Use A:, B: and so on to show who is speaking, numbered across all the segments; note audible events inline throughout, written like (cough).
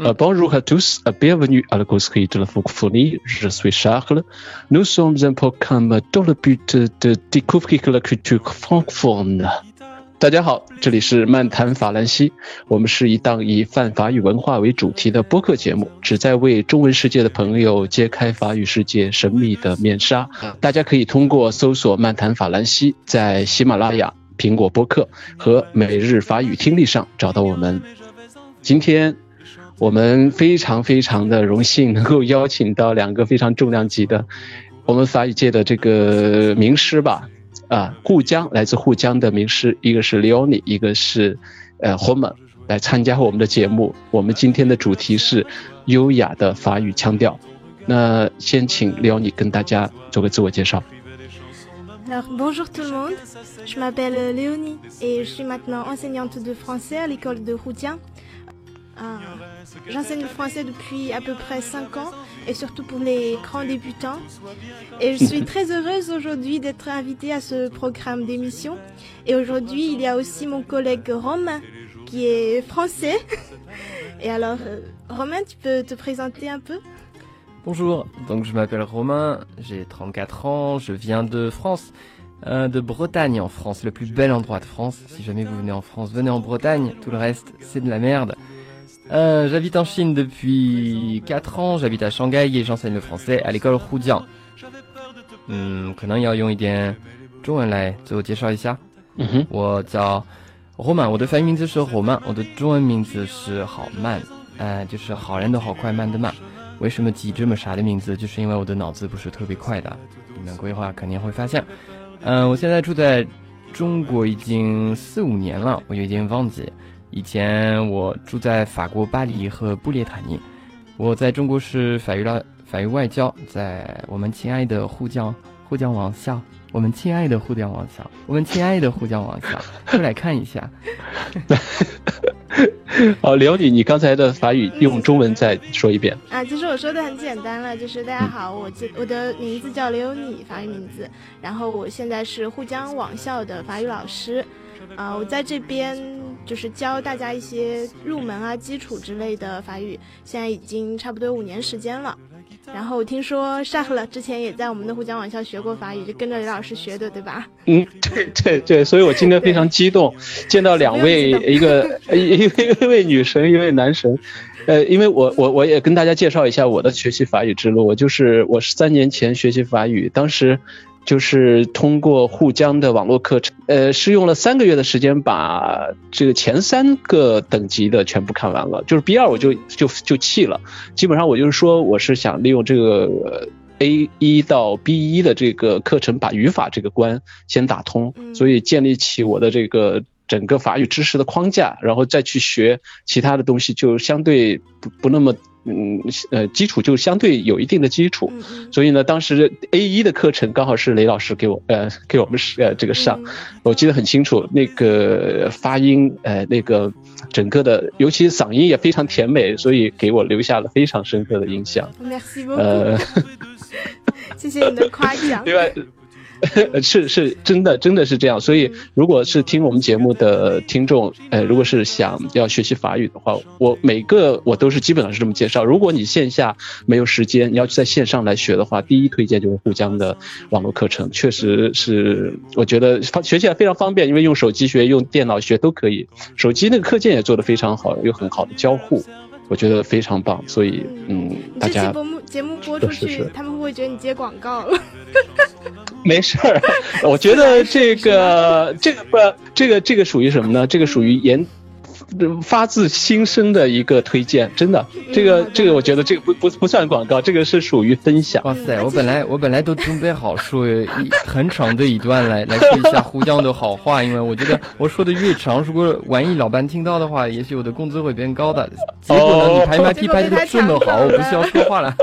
A: Euh, bonjour à tous, euh, bienvenue à la causerie de la francophonie. Je suis Charles. Nous sommes un programme dans le but de découvrir la culture francophone. 大家好，这里是漫谈法兰西，我们是一档以泛法语文化为主题的播客节目，旨在为中文世界的朋友揭开法语世界神秘的面纱。大家可以通过搜索“漫谈法兰西”在喜马拉雅、苹果播客和每日法语听力上找到我们。今天我们非常非常的荣幸能够邀请到两个非常重量级的我们法语界的这个名师吧，啊，沪江来自沪江的名师，一个是 Leoni，一个是呃 Homer 来参加我们的节目。我们今天的主题是优雅的法语腔调。那先请 Leoni 跟大家做个自我介绍。
B: Alors bonjour tout le monde, je m'appelle euh, Léonie et je suis maintenant enseignante de français à l'école de Routien. Euh, J'enseigne le français depuis à peu près 5 ans et surtout pour les grands débutants. Et je suis très heureuse aujourd'hui d'être invitée à ce programme d'émission. Et aujourd'hui il y a aussi mon collègue Romain qui est français. Et alors euh, Romain tu peux te présenter un peu
C: Bonjour, donc je m'appelle Romain, j'ai 34 ans, je viens de France, euh, de Bretagne en France, le plus bel endroit de France. Si jamais vous venez en France, venez en Bretagne, tout le reste c'est de la merde. Euh, j'habite en Chine depuis 4 ans, j'habite à Shanghai et j'enseigne le français à l'école Hujiang. 嗯，可能要用一点中文来自我介绍一下。
A: 嗯哼，
C: 我叫侯曼，我的梵语名字是侯曼，我的中文名字是好慢，呃，就是好人的好，快慢的慢。为什么起这么傻的名字？就是因为我的脑子不是特别快的，你们规划肯定会发现。嗯、我现在住在中国已经四五年了，我有一点忘记。以前我住在法国巴黎和布列塔尼，我在中国是法语了法语外交，在我们亲爱的沪江沪江王校，我们亲爱的沪江王校，我们亲爱的沪江王校，快来看一 (laughs) 下。
A: 好，Leoni，你哦刚才的法语用中文再说一遍。
B: 啊，其实我说的很简单了，就是大家好，我这我的名字叫刘妮，法语名字，然后我现在是沪江网校的法语老师，啊、我在这边就是教大家一些入门啊、基础之类的法语，现在已经差不多五年时间了。然后我听说上了之前也在我们的沪江网校学过法语，就跟着刘老师学的，对吧？
A: 嗯，对对对，所以我今天非常激动，见到两位，
B: 不用
A: 一个一一位一位女神，一位男
B: (laughs)
A: 神。呃，因为我我我也跟大家介绍一下我的学习法语之路，我就是我是三年前学习法语，当时就是通过沪江的网络课程，呃，是用了三个月的时间把这个前三个等级的全部看完了，就是 B 二我就就就弃了，基本上我就是说我是想利用这个。呃 A 一到 B 一的这个课程，把语法这个关先打通，
B: 嗯
A: 所以建立起我的这个整个法语知识的框架，然后再去学其他的东西，就相对不不那么嗯呃基础，就相对有一定的基础。
B: 嗯嗯。
A: 所以呢，当时 A 一的课程刚好是雷老师给我呃给我们呃这个上，
B: 嗯
A: (laughs) 我记得很清楚，那个发音，呃，那个整个的，尤其嗓音也非常甜美，所以给我留下了非常深刻的印象。
B: Merci (laughs)
A: (laughs)
B: beaucoup，、
A: 呃，啊
B: 谢谢你的夸
A: (laughs)
B: 奖。
A: 另外， (laughs) 是是真的真的是这样，所以如果是听我们节目的听众，呃，如果是想要学习法语的话，我每个我都是基本上是这么介绍。如果你线下没有时间，你要在线上来学的话，第一推荐就是沪江的网络课程，确实是我觉得学起来非常方便，因为用手机学、用电脑学都可以，手机那个课件也做得非常好，有很好的交互，我觉得非常棒。所以，嗯，
B: 你
A: 大
B: 这期
A: 家
B: 节目节目播出
A: 是
B: 去，
A: 是是
B: 他们会不会觉得你接广告了？
A: (laughs) 没事儿，我觉得这个这个不这个这个属于什么呢？这个属于言发自心声的一个推荐，真的，这个
B: 嗯
A: 这个我觉得这个不不不算广告，这个是属于分享。
C: 哇
B: 嗯
C: 塞！
B: 那
C: 我
B: 其
C: 本
B: 实
C: 来 (laughs) 我本来都准备好说一很长的一段来来说一下胡江的好话，因为我觉得我说的越长，如果万一老班听到的话，也许我的工资会变高的。哦结果呢，你排麦批排的这么好，我不需要说话了。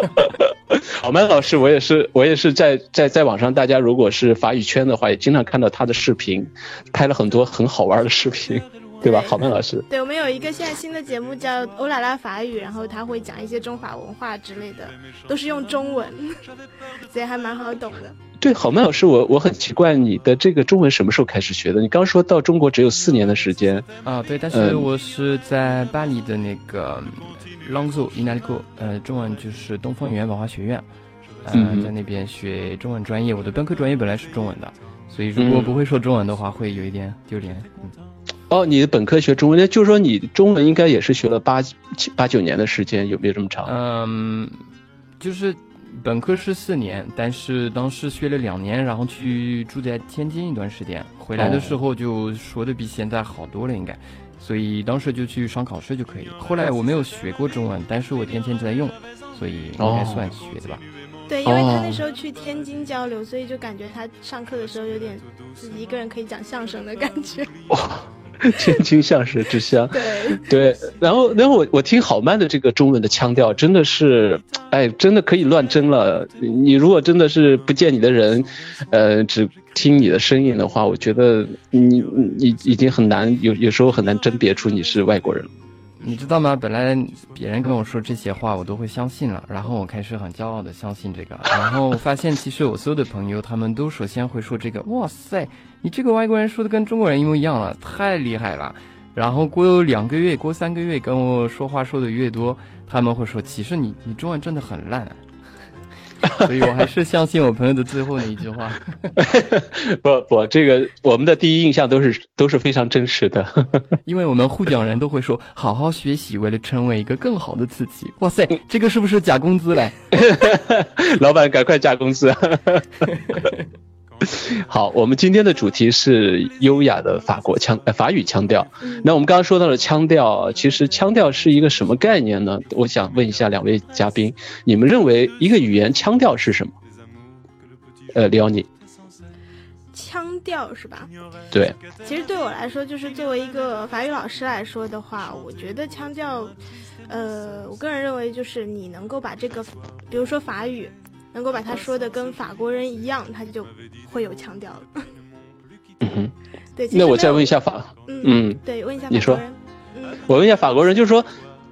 A: 好曼老师，我也是我也是在在在网上，大家如果是法语圈的话，也经常看到他的视频，拍了很多很好玩的视频。对吧？好曼老师，
B: 对我们有一个现在新的节目叫《欧啦啦法语》，然后他会讲一些中法文化之类的，都是用中文， (laughs) 所以还蛮好懂的。
A: 对，好曼老师，我我很奇怪你的这个中文什么时候开始学的？你刚说到中国只有四年的时间，
C: 啊，对，但是
A: 嗯
C: 我是在巴黎的那个 Longzhou i n a l i o 呃，中文就是东方语言文化学院，呃，
A: 嗯哼
C: 在那边学中文专业。我的本科专业本来是中文的，所以如果
A: 嗯
C: 不会说中文的话，会有一点丢脸。嗯，
A: 哦，你本科学中文，那就是说你中文应该也是学了八七八九年的时间，有没有这么长？
C: 嗯，就是本科是四年，但是当时学了两年，然后去住在天津一段时间，回来的时候就说的比现在好多了，应该。所以当时就去上考试就可以。后来我没有学过中文，但是我天天在用，所以应该算学的吧。
B: 对，因为他
A: 哦
B: 那时候去天津交流，所以就感觉他上课的时候有点自己一个人可以讲相声的感觉。
A: 天津相声之乡，
B: 对，
A: 对，然后然后我我听好曼的这个中文的腔调，真的是，哎，真的可以乱争了。你如果真的是不见你的人，呃，只听你的声音的话，我觉得你你已经很难有有时候很难甄别出你是外国人了。 (laughs)
C: 你知道吗？本来别人跟我说这些话，我都会相信了。然后我开始很骄傲的相信这个，然后我发现其实我所有的朋友，他们都首先会说这个，哇塞，你这个外国人说的跟中国人一模一样了，太厉害了。然后过两个月，过三个月，跟我说话说的越多，他们会说，其实你你中文真的很烂、啊。所以我还是相信我朋友的最后那一句话。 (laughs)
A: 不不，这个我们的第一印象都是都是非常真实的。
C: 因为我们互奖人都会说“好好学习，为了成为一个更好的自己”。哇塞，这个是不是假工资嘞？
A: (laughs) 老板，赶快加工资。啊好，我们今天的主题是优雅的法国腔、呃、法语腔调。那我们刚刚说到了腔调，其实腔调是一个什么概念呢？我想问一下两位嘉宾，你们认为一个语言腔调是什么？呃，撩你，
B: (laughs) 腔调是吧？
A: 对，
B: 其实对我来说，就是作为一个法语老师来说的话，我觉得腔调，呃，我个人认为就是你能够把这个，比如说法语，能够把它说的跟法国人一样，它就会有腔调了。
A: 嗯哼。
B: 对，其实
A: 那我
B: 没
A: 再
B: 有
A: 问一，下法，
B: 嗯，
A: 嗯，
B: 对，问一下
A: 你
B: 法国
A: 说
B: 人，嗯，
A: 我问一下法国人，就是说，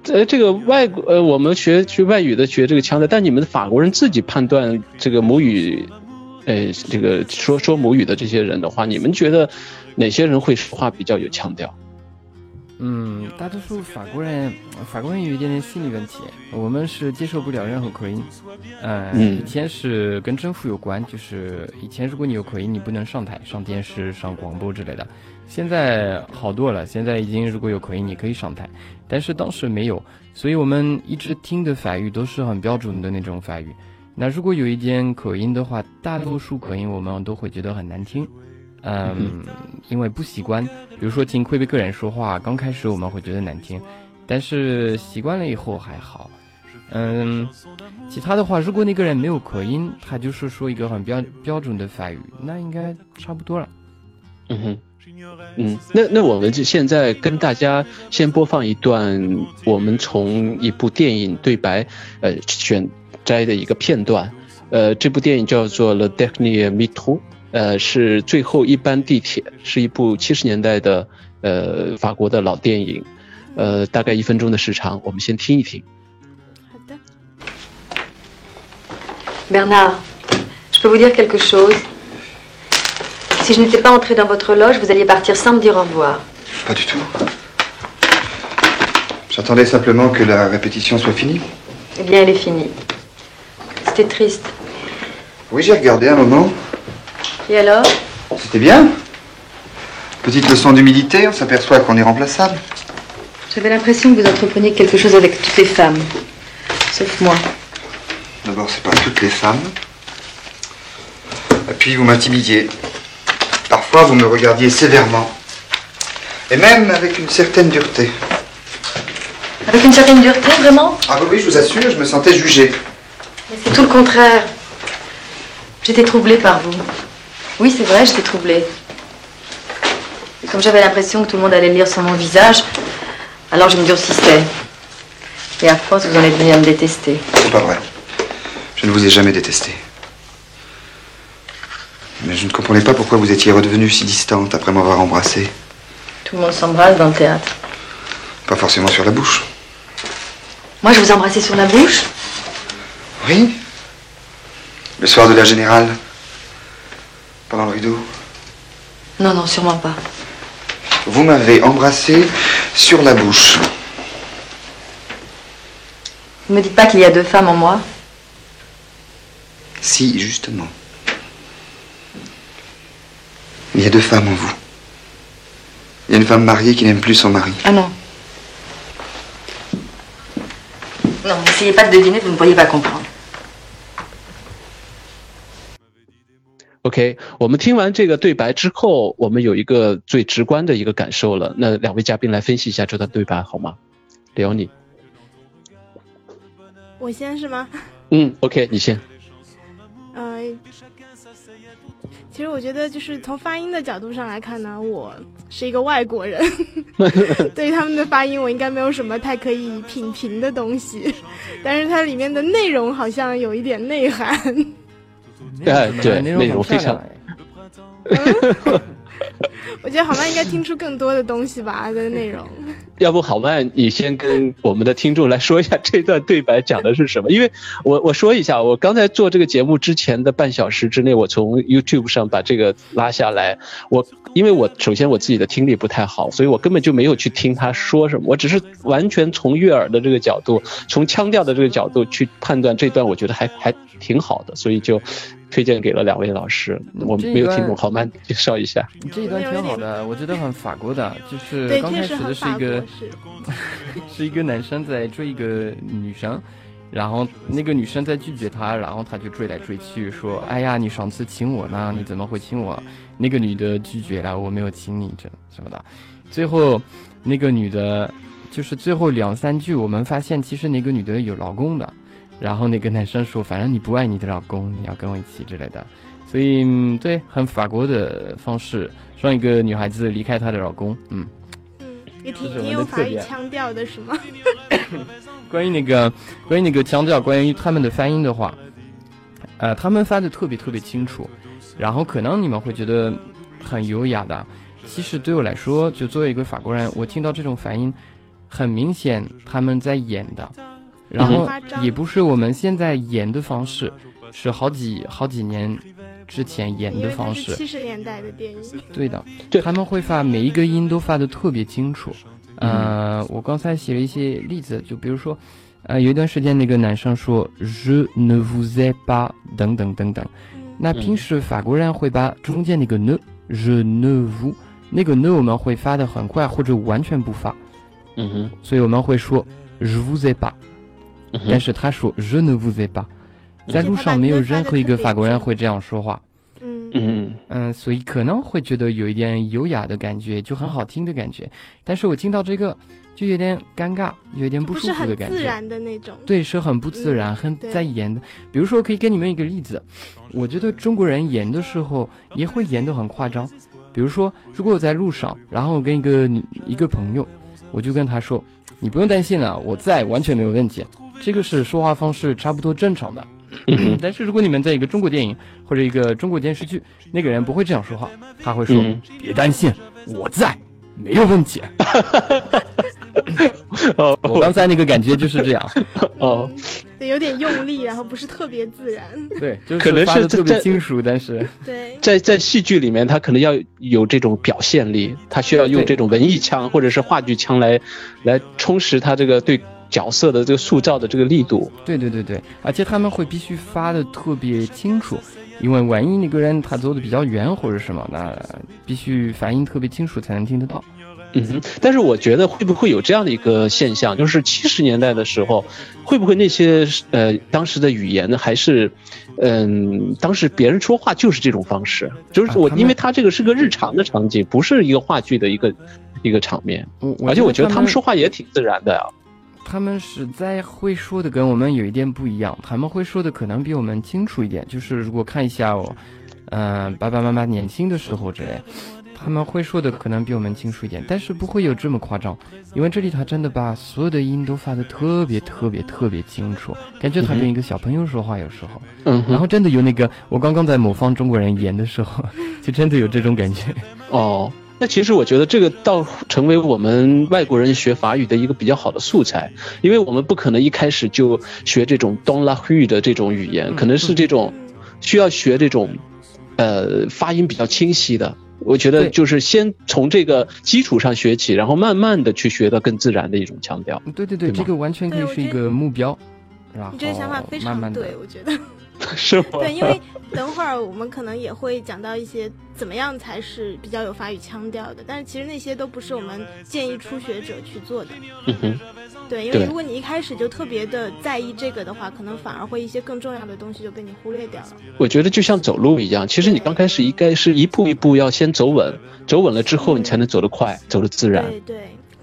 A: 呃，这个外国呃，我们学学外语的学这个腔调，但你们法国人自己判断这个母语，呃，这个说说母语的这些人的话，你们觉得哪些人会说话比较有腔调？
C: 嗯，大多数法国人，法国人有一点点心理问题，我们是接受不了任何口音。呃、
A: 嗯
C: 以前是跟政府有关，就是以前如果你有口音，你不能上台、上电视、上广播之类的。现在好多了，现在已经如果有口音，你可以上台，但是当时没有，所以我们一直听的法语都是很标准的那种法语。那如果有一点口音的话，大多数口音我们都会觉得很难听。嗯，因为不习惯，比如说听魁北克人说话，刚开始我们会觉得难听，但是习惯了以后还好。嗯，其他的话，如果那个人没有口音，他就是说一个很标标准的法语，那应该差不多了。
A: 嗯哼，嗯，那那我们就现在跟大家先播放一段我们从一部电影对白，呃，选摘的一个片段，呃，这部电影叫做《Le Dernier Métro》，呃，是最后一班地铁，是一部七十年代的呃法国的老电影，呃，大概一分钟的时长，我们先听一听。
B: 好的。
D: Bernard, je peux vous dire quelque chose Si je n'étais pas entrée dans votre loge, vous alliez partir sans me dire au revoir.
E: Pas du tout. J'attendais simplement que la répétition soit finie.
D: Eh bien, elle est finie. C'était triste.
E: Oui, j'ai regardé un moment.
D: Et alors
E: C'était bien. Petite leçon d'humilité, on s'aperçoit qu'on est remplaçable.
D: J'avais l'impression que vous entrepreniez quelque chose avec toutes les femmes. Sauf moi.
E: D'abord, c'est pas toutes les femmes. Et puis, vous m'intimidiez. Parfois, vous me regardiez sévèrement. Et même avec une certaine dureté.
D: Avec une certaine dureté, vraiment
E: Ah oui, oui, je vous assure, je me sentais jugé.
D: Mais c'est tout le contraire. J'étais troublée par vous. Oui, c'est vrai, j'étais troublée. Et comme j'avais l'impression que tout le monde allait lire sur mon visage, alors je me durcissais. Et à force, vous en êtes venu à me détester.
E: C'est pas vrai. Je ne vous ai jamais détesté. Mais je ne comprenais pas pourquoi vous étiez redevenue si distante après m'avoir embrassé.
D: Tout le monde s'embrasse dans le théâtre.
E: Pas forcément sur la bouche.
D: Moi, je vous embrassais sur la bouche.
E: Oui Le soir de la générale Pendant le rideau
D: Non, non, sûrement pas.
E: Vous m'avez embrassé sur la bouche.
D: Ne me dites pas qu'il y a deux femmes en moi.
E: Si, justement. Il y a deux femmes en vous. Il y a une femme mariée qui n'aime plus son mari.
D: Ah non. Non, n'essayez pas de deviner, vous ne pourriez pas comprendre.
A: OK，我们听完这个对白之后，我们有一个最直观的一个感受了。那两位嘉宾来分析一下这段对白好吗？聊你，
B: 我先是吗？
A: 嗯，OK，你先。
B: 呃，其实我觉得就是从发音的角度上来看呢，我是一个外国
C: (laughs)
B: 人，对于他们的发音，我应该没有什么太可以品评的东西，但是它里面的内容好像有一点内涵。
A: (laughs) 哎对
C: 内
A: 内
C: 容
A: 容
C: 很
A: 非
C: 漂亮
A: 常
C: 哎。
B: 我觉得好像应该听出更多的东西吧的内容。
A: 要不好曼，你先跟我们的听众来说一下这段对白讲的是什么？因为我我说一下，我刚才做这个节目之前的半小时之内，我从 YouTube 上把这个拉下来。我因为我首先我自己的听力不太好，所以我根本就没有去听他说什么，我只是完全从悦耳的这个角度，从腔调的这个角度去判断这段，我觉得还还挺好的，所以就推荐给了两位老师。我
C: 这一
A: 没有听
C: 段
A: 懂，好曼介绍一下。
C: 这一段挺好的，我觉得很法国的，就是
B: 对，
C: 刚
B: 确
C: 开
B: 实
C: 始
B: 很
C: 的是
B: 法
C: 一
B: 国
C: 个
B: 式。
C: 是一个男生在追一个女生，然后那个女生在拒绝他，然后他就追来追去，说：“哎呀，你上次亲我呢，你怎么会亲我？”那个女的拒绝了，我没有亲你，这什么的。最后，那个女的，就是最后两三句，我们发现其实那个女的有老公的，然后那个男生说：“反正你不爱你的老公，你要跟我一起之类的。”所以，嗯对，很法国的方式，让一个女孩子离开她的老公，嗯。
B: 嗯，也挺
C: 这是我
B: 挺
C: 们
B: 有
C: 的
B: 法
C: 特
B: 语
C: 点
B: 腔调的，是吗？
C: 关于那个，关于那个腔调，关于他们的发音的话，呃，他们发的特别特别清楚，然后可能你们会觉得很优雅的，其实对我来说，就作为一个法国人，我听到这种发音，很明显他们在演的，然后
B: 夸张
C: 也不是我们现在演的方式，是好几好几年之前演
B: 因
C: 的
B: 为它
C: 方
B: 是
C: 式，
B: 七十年代的电影。
C: 对的，
A: 对
C: 他们会发每一个音都发的特别清楚。
A: 嗯
C: 呃，我刚才写了一些例子，就比如说，呃，有一段时间那个男生说 “je ne vous ai pas” 等等等等。
B: 嗯
C: 那平时法国人会把中间那个 “ne” je ne vous 那个 “ne” 我们会发的很快，或者完全不发，
A: 嗯哼，
C: 所以我们会说 “je vous ai pas”，
A: 嗯
C: 但
A: 哼，
C: 是他说 “je ne vous ai pas”。在路上没有任何一个法国人会这样说话。
B: 嗯，
A: 嗯
C: 嗯，所以可能会觉得有一点优雅的感觉，就很好听的感觉。但是我听到这个，就有点尴尬，有一点
B: 不
C: 舒
B: 是
C: 服的
B: 很
C: 感
B: 自
C: 觉。
B: 然的那种。
C: 对，是很不自然，很
B: 对
C: 在演的。比如说，我可以给你们一个例子，我觉得中国人演的时候也会演得很夸张。比如说，如果我在路上，然后我跟一个女一个朋友，我就跟他说：“你不用担心了，我在，完全没有问题。”这个是说话方式差不多正常的。
A: 嗯
C: 但是如果你们在一个中国电影或者一个中国电视剧，那个人不会这样说话，他会说：“
A: 嗯哦
C: 别担心，我在，没有问题。
A: 哼，哦”
C: 我刚才那个感觉就是这样，
A: (laughs) 哦，
B: (laughs) 对，有点用力，然后不是特别自然。
C: 对，就
A: 可能
C: 发
A: 是
C: 的
A: 这
C: 特别
A: 这
C: 清楚，但是
B: 对，
A: 在在戏剧里面，他可能要有这种表现力，他需要用
C: 对
A: 这种文艺腔或者是话剧腔来来充实他这个对角色的这个塑造的这个力度。
C: 对对对对，而且他们会必须发的特别清楚，因为万一那个人他走的比较远或者什么，那必须发音特别清楚才能听得到。
A: 嗯哼，但是我觉得会不会有这样的一个现象，就是七十年代的时候，会不会那些呃当时的语言呢，还是嗯、当时别人说话就是这种方式，就是我、
C: 啊他们
A: 因为他这个是个日常的场景，不是一个话剧的一个一个场面，
C: 我
A: 而且我觉得他
C: 他
A: 们说话也挺自然的啊呀、
C: 他们实在会说的跟我们有一点不一样，他们会说的可能比我们清楚一点。就是如果看一下我，嗯、爸爸妈妈年轻的时候之类，他们会说的可能比我们清楚一点，但是不会有这么夸张，因为这里他真的把所有的音都发的特别特别特别清楚，感觉他跟一个小朋友说话有时候。
A: 嗯哼，
C: 然后真的 (laughs) 有那个，我刚刚在模仿中国人演的时候，就真的有这种感觉。
A: 哦，那其实我觉得这个倒成为我们外国人学法语的一个比较好的素材，因为我们不可能一开始就学这种 don la rue 的这种语言，可能是这种需要学这种，呃，发音比较清晰的。我觉得
C: 对
A: 就是先从这个基础上学起，然后慢慢的去学到更自然的一种腔调。
C: (laughs) 对对
A: 对
C: 对，
A: 吗
C: 这个完全可以
B: 对我
C: 是一
B: 觉得
C: 个目标，然后
B: 你这个想法非常
C: 哦慢慢的
B: 对，我觉得。
A: (laughs) 是吗？
B: 对，因为等会儿我们可能也会讲到一些怎么样才是比较有法语腔调的，但是其实那些都不是我们建议初学者去做的。
A: 嗯哼。
B: 对，因为
A: 对
B: 如果你一开始就特别的在意这个的话，可能反而会一些更重要的东西就被你忽略掉了。
A: 我觉得就像走路一样，其实你刚开始应该是一步一步要先走稳，走稳了之后你才能走得快，走得自然。
B: 对对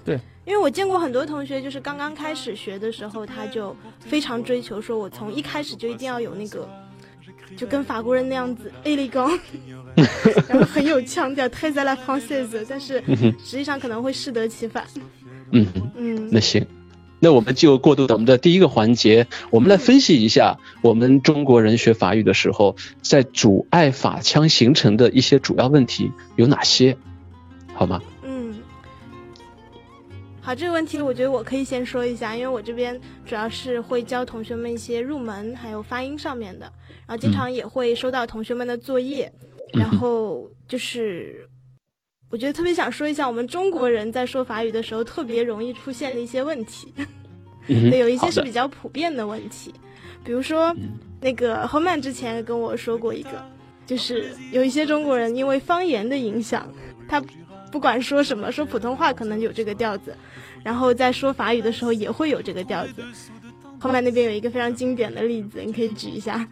C: 对，
B: 因为我见过很多同学，就是刚刚开始学的时候，他就非常追求，说我从一开始就一定要有那个，就跟法国人那样子 e l e g a n 然后很有腔调 (laughs) très à la française，但是实际上可能会适得其反。
A: 嗯，
B: 嗯，
A: 那行，那我们就过渡到我们的第一个环节，我们来分析一下我们中国人学法语的时候，在阻碍法腔形成的一些主要问题有哪些，好吗？
B: 嗯，好，这个问题我觉得我可以先说一下，因为我这边主要是会教同学们一些入门还有发音上面的，然后经常也会收到同学们的作业，然后就是。我觉得特别想说一下，我们中国人在说法语的时候特别容易出现的一些问题，
A: 嗯
B: 对，有一
A: 好
B: 些是
A: 的
B: 比较普遍的问题，比如说
C: 嗯
B: 那个侯曼之前跟我说过一个，就是有一些中国人因为方言的影响，他不管说什么，说普通话可能有这个调子，然后在说法语的时候也会有这个调子。侯曼那边有一个非常经典的例子，你可以举一
C: (laughs)
B: 下。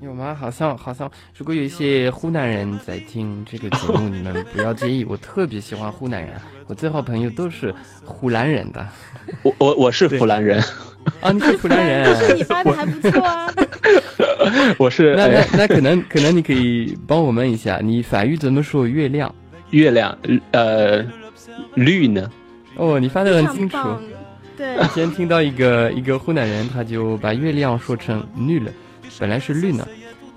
C: 有吗？好像好像，如果有一些湖南人在听这个节目，你们不要介意，我特别喜欢湖南人，我最好朋友都是湖南人的。
A: 我我我是湖南
C: (laughs)
A: 人，
C: 啊，你是湖南人
B: 但是
C: (laughs) 啊？
B: 你发的还不错啊。
A: 我是
C: 那那
A: 哎
C: 那可能可能你可以帮我们一下，你法语怎么说月亮？
A: 月亮，呃，绿呢？
C: 哦，你发
B: 非
C: (laughs) 的很
B: 常
C: 清楚。
B: 棒，对，
C: 之前听到一个一个湖南人，他就把月亮说成 nul，本来是绿呢。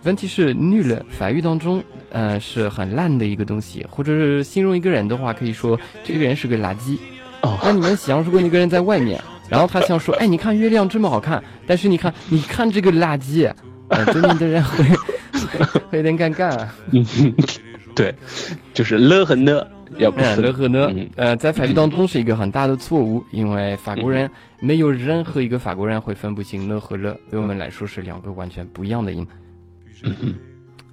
C: 问题是 nul，法语当中，呃，是很烂的一个东西，或者是形容一个人的话，可以说这个人是个垃圾。那
A: 哦， (laughs)
C: 你们想，如果一个人在外面，然后他想说，哎，你看月亮这么好看，但是你看，你看这个垃圾，呃、对面的人会 (laughs) 会会有点尴尬、啊。
A: 对，就是了和呢，要 (laughs) 不
C: 嗯，
A: 是
C: 了和呢
A: 嗯，
C: 呃，在法律当中是一个很大的错误，因为法国人没有任何一个法国人会分不清了和了，对我们来说是两个完全不一样的音。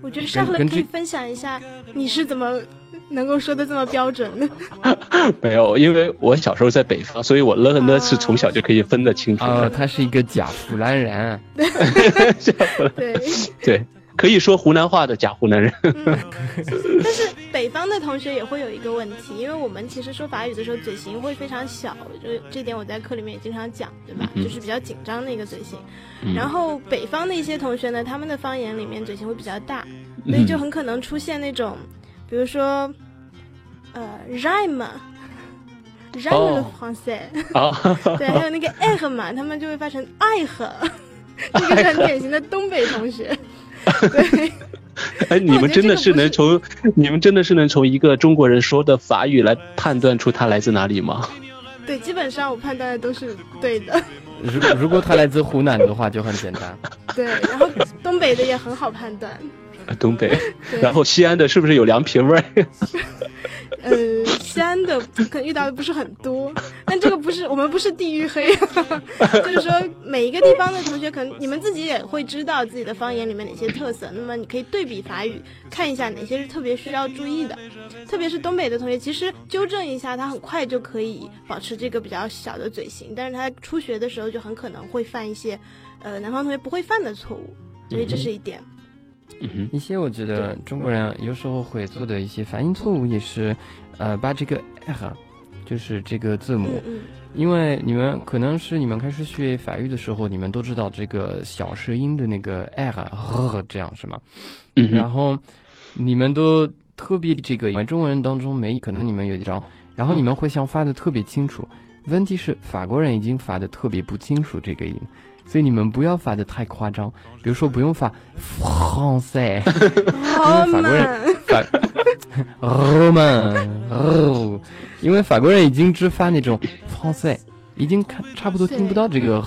B: 我觉得上了
C: 跟
B: 可以
C: 这
B: 分享一下你是怎么能够说的这么标准的。
A: 没有，因为我小时候在北方，所以我了呢是从小就可以分得清楚
C: 啊，
A: 的。
C: 他是一个假湖南人，
B: 对，
A: (laughs) 对，可以说湖南话的假湖南人。
B: 但是北方的同学也会有一个问题，因为我们其实说法语的时候嘴型会非常小，就这点我在课里面也经常讲，对吧？就是比较紧张的一个嘴型。然后北方的一些同学呢，他们的方言里面嘴型会比较大，所以就很可能出现那种，比如说，呃，rhyme。rhyme 的
A: 哦
B: français，、
A: 啊，
B: 对，还有那个 air 嘛，他们就会发成 air，这个是很典型的东北同学。对，
A: 哎，你们真的是能从你们真的是能从一个中国人说的法语来判断出他来自哪里吗？
B: 对，基本上我判断的都是对的。
C: 如如果他来自湖南的话就很简单。
B: (laughs) 对，然后东北的也很好判断。
A: 呃东
B: (laughs)
A: 北，
B: 对，
A: 然后西安的是不是有凉皮味儿？
B: 呃，西安的可能遇到的不是很多，但这个不是我们不是地域黑， (laughs) 就是说每一个地方的同学可能你们自己也会知道自己的方言里面哪些特色，那么你可以对比法语看一下哪些是特别需要注意的，特别是东北的同学，其实纠正一下，他很快就可以保持这个比较小的嘴型，但是他初学的时候就很可能会犯一些，呃，南方同学不会犯的错误，所以这是一点。
A: 嗯
C: 一些我觉得中国人有时候会做的一些发音错误也是，呃，把这个 r，就是这个字母
B: 嗯，嗯。
C: 因为你们可能是你们开始学法语的时候，你们都知道这个小舌音的那个 r 和这样是吗？
A: 嗯哼
C: 然后你们都特别这个，因为中文当中没可能你们有一张，然后你们会想发的特别清楚。问题是法国人已经发的特别不清楚这个音，所以你们不要发的太夸张。比如说不用发 français，
B: 好
C: 因为法国人
B: 嘛，
C: 法 Romain，哦，因为法国人已经只发那种 français，已经看差不多听不到这个，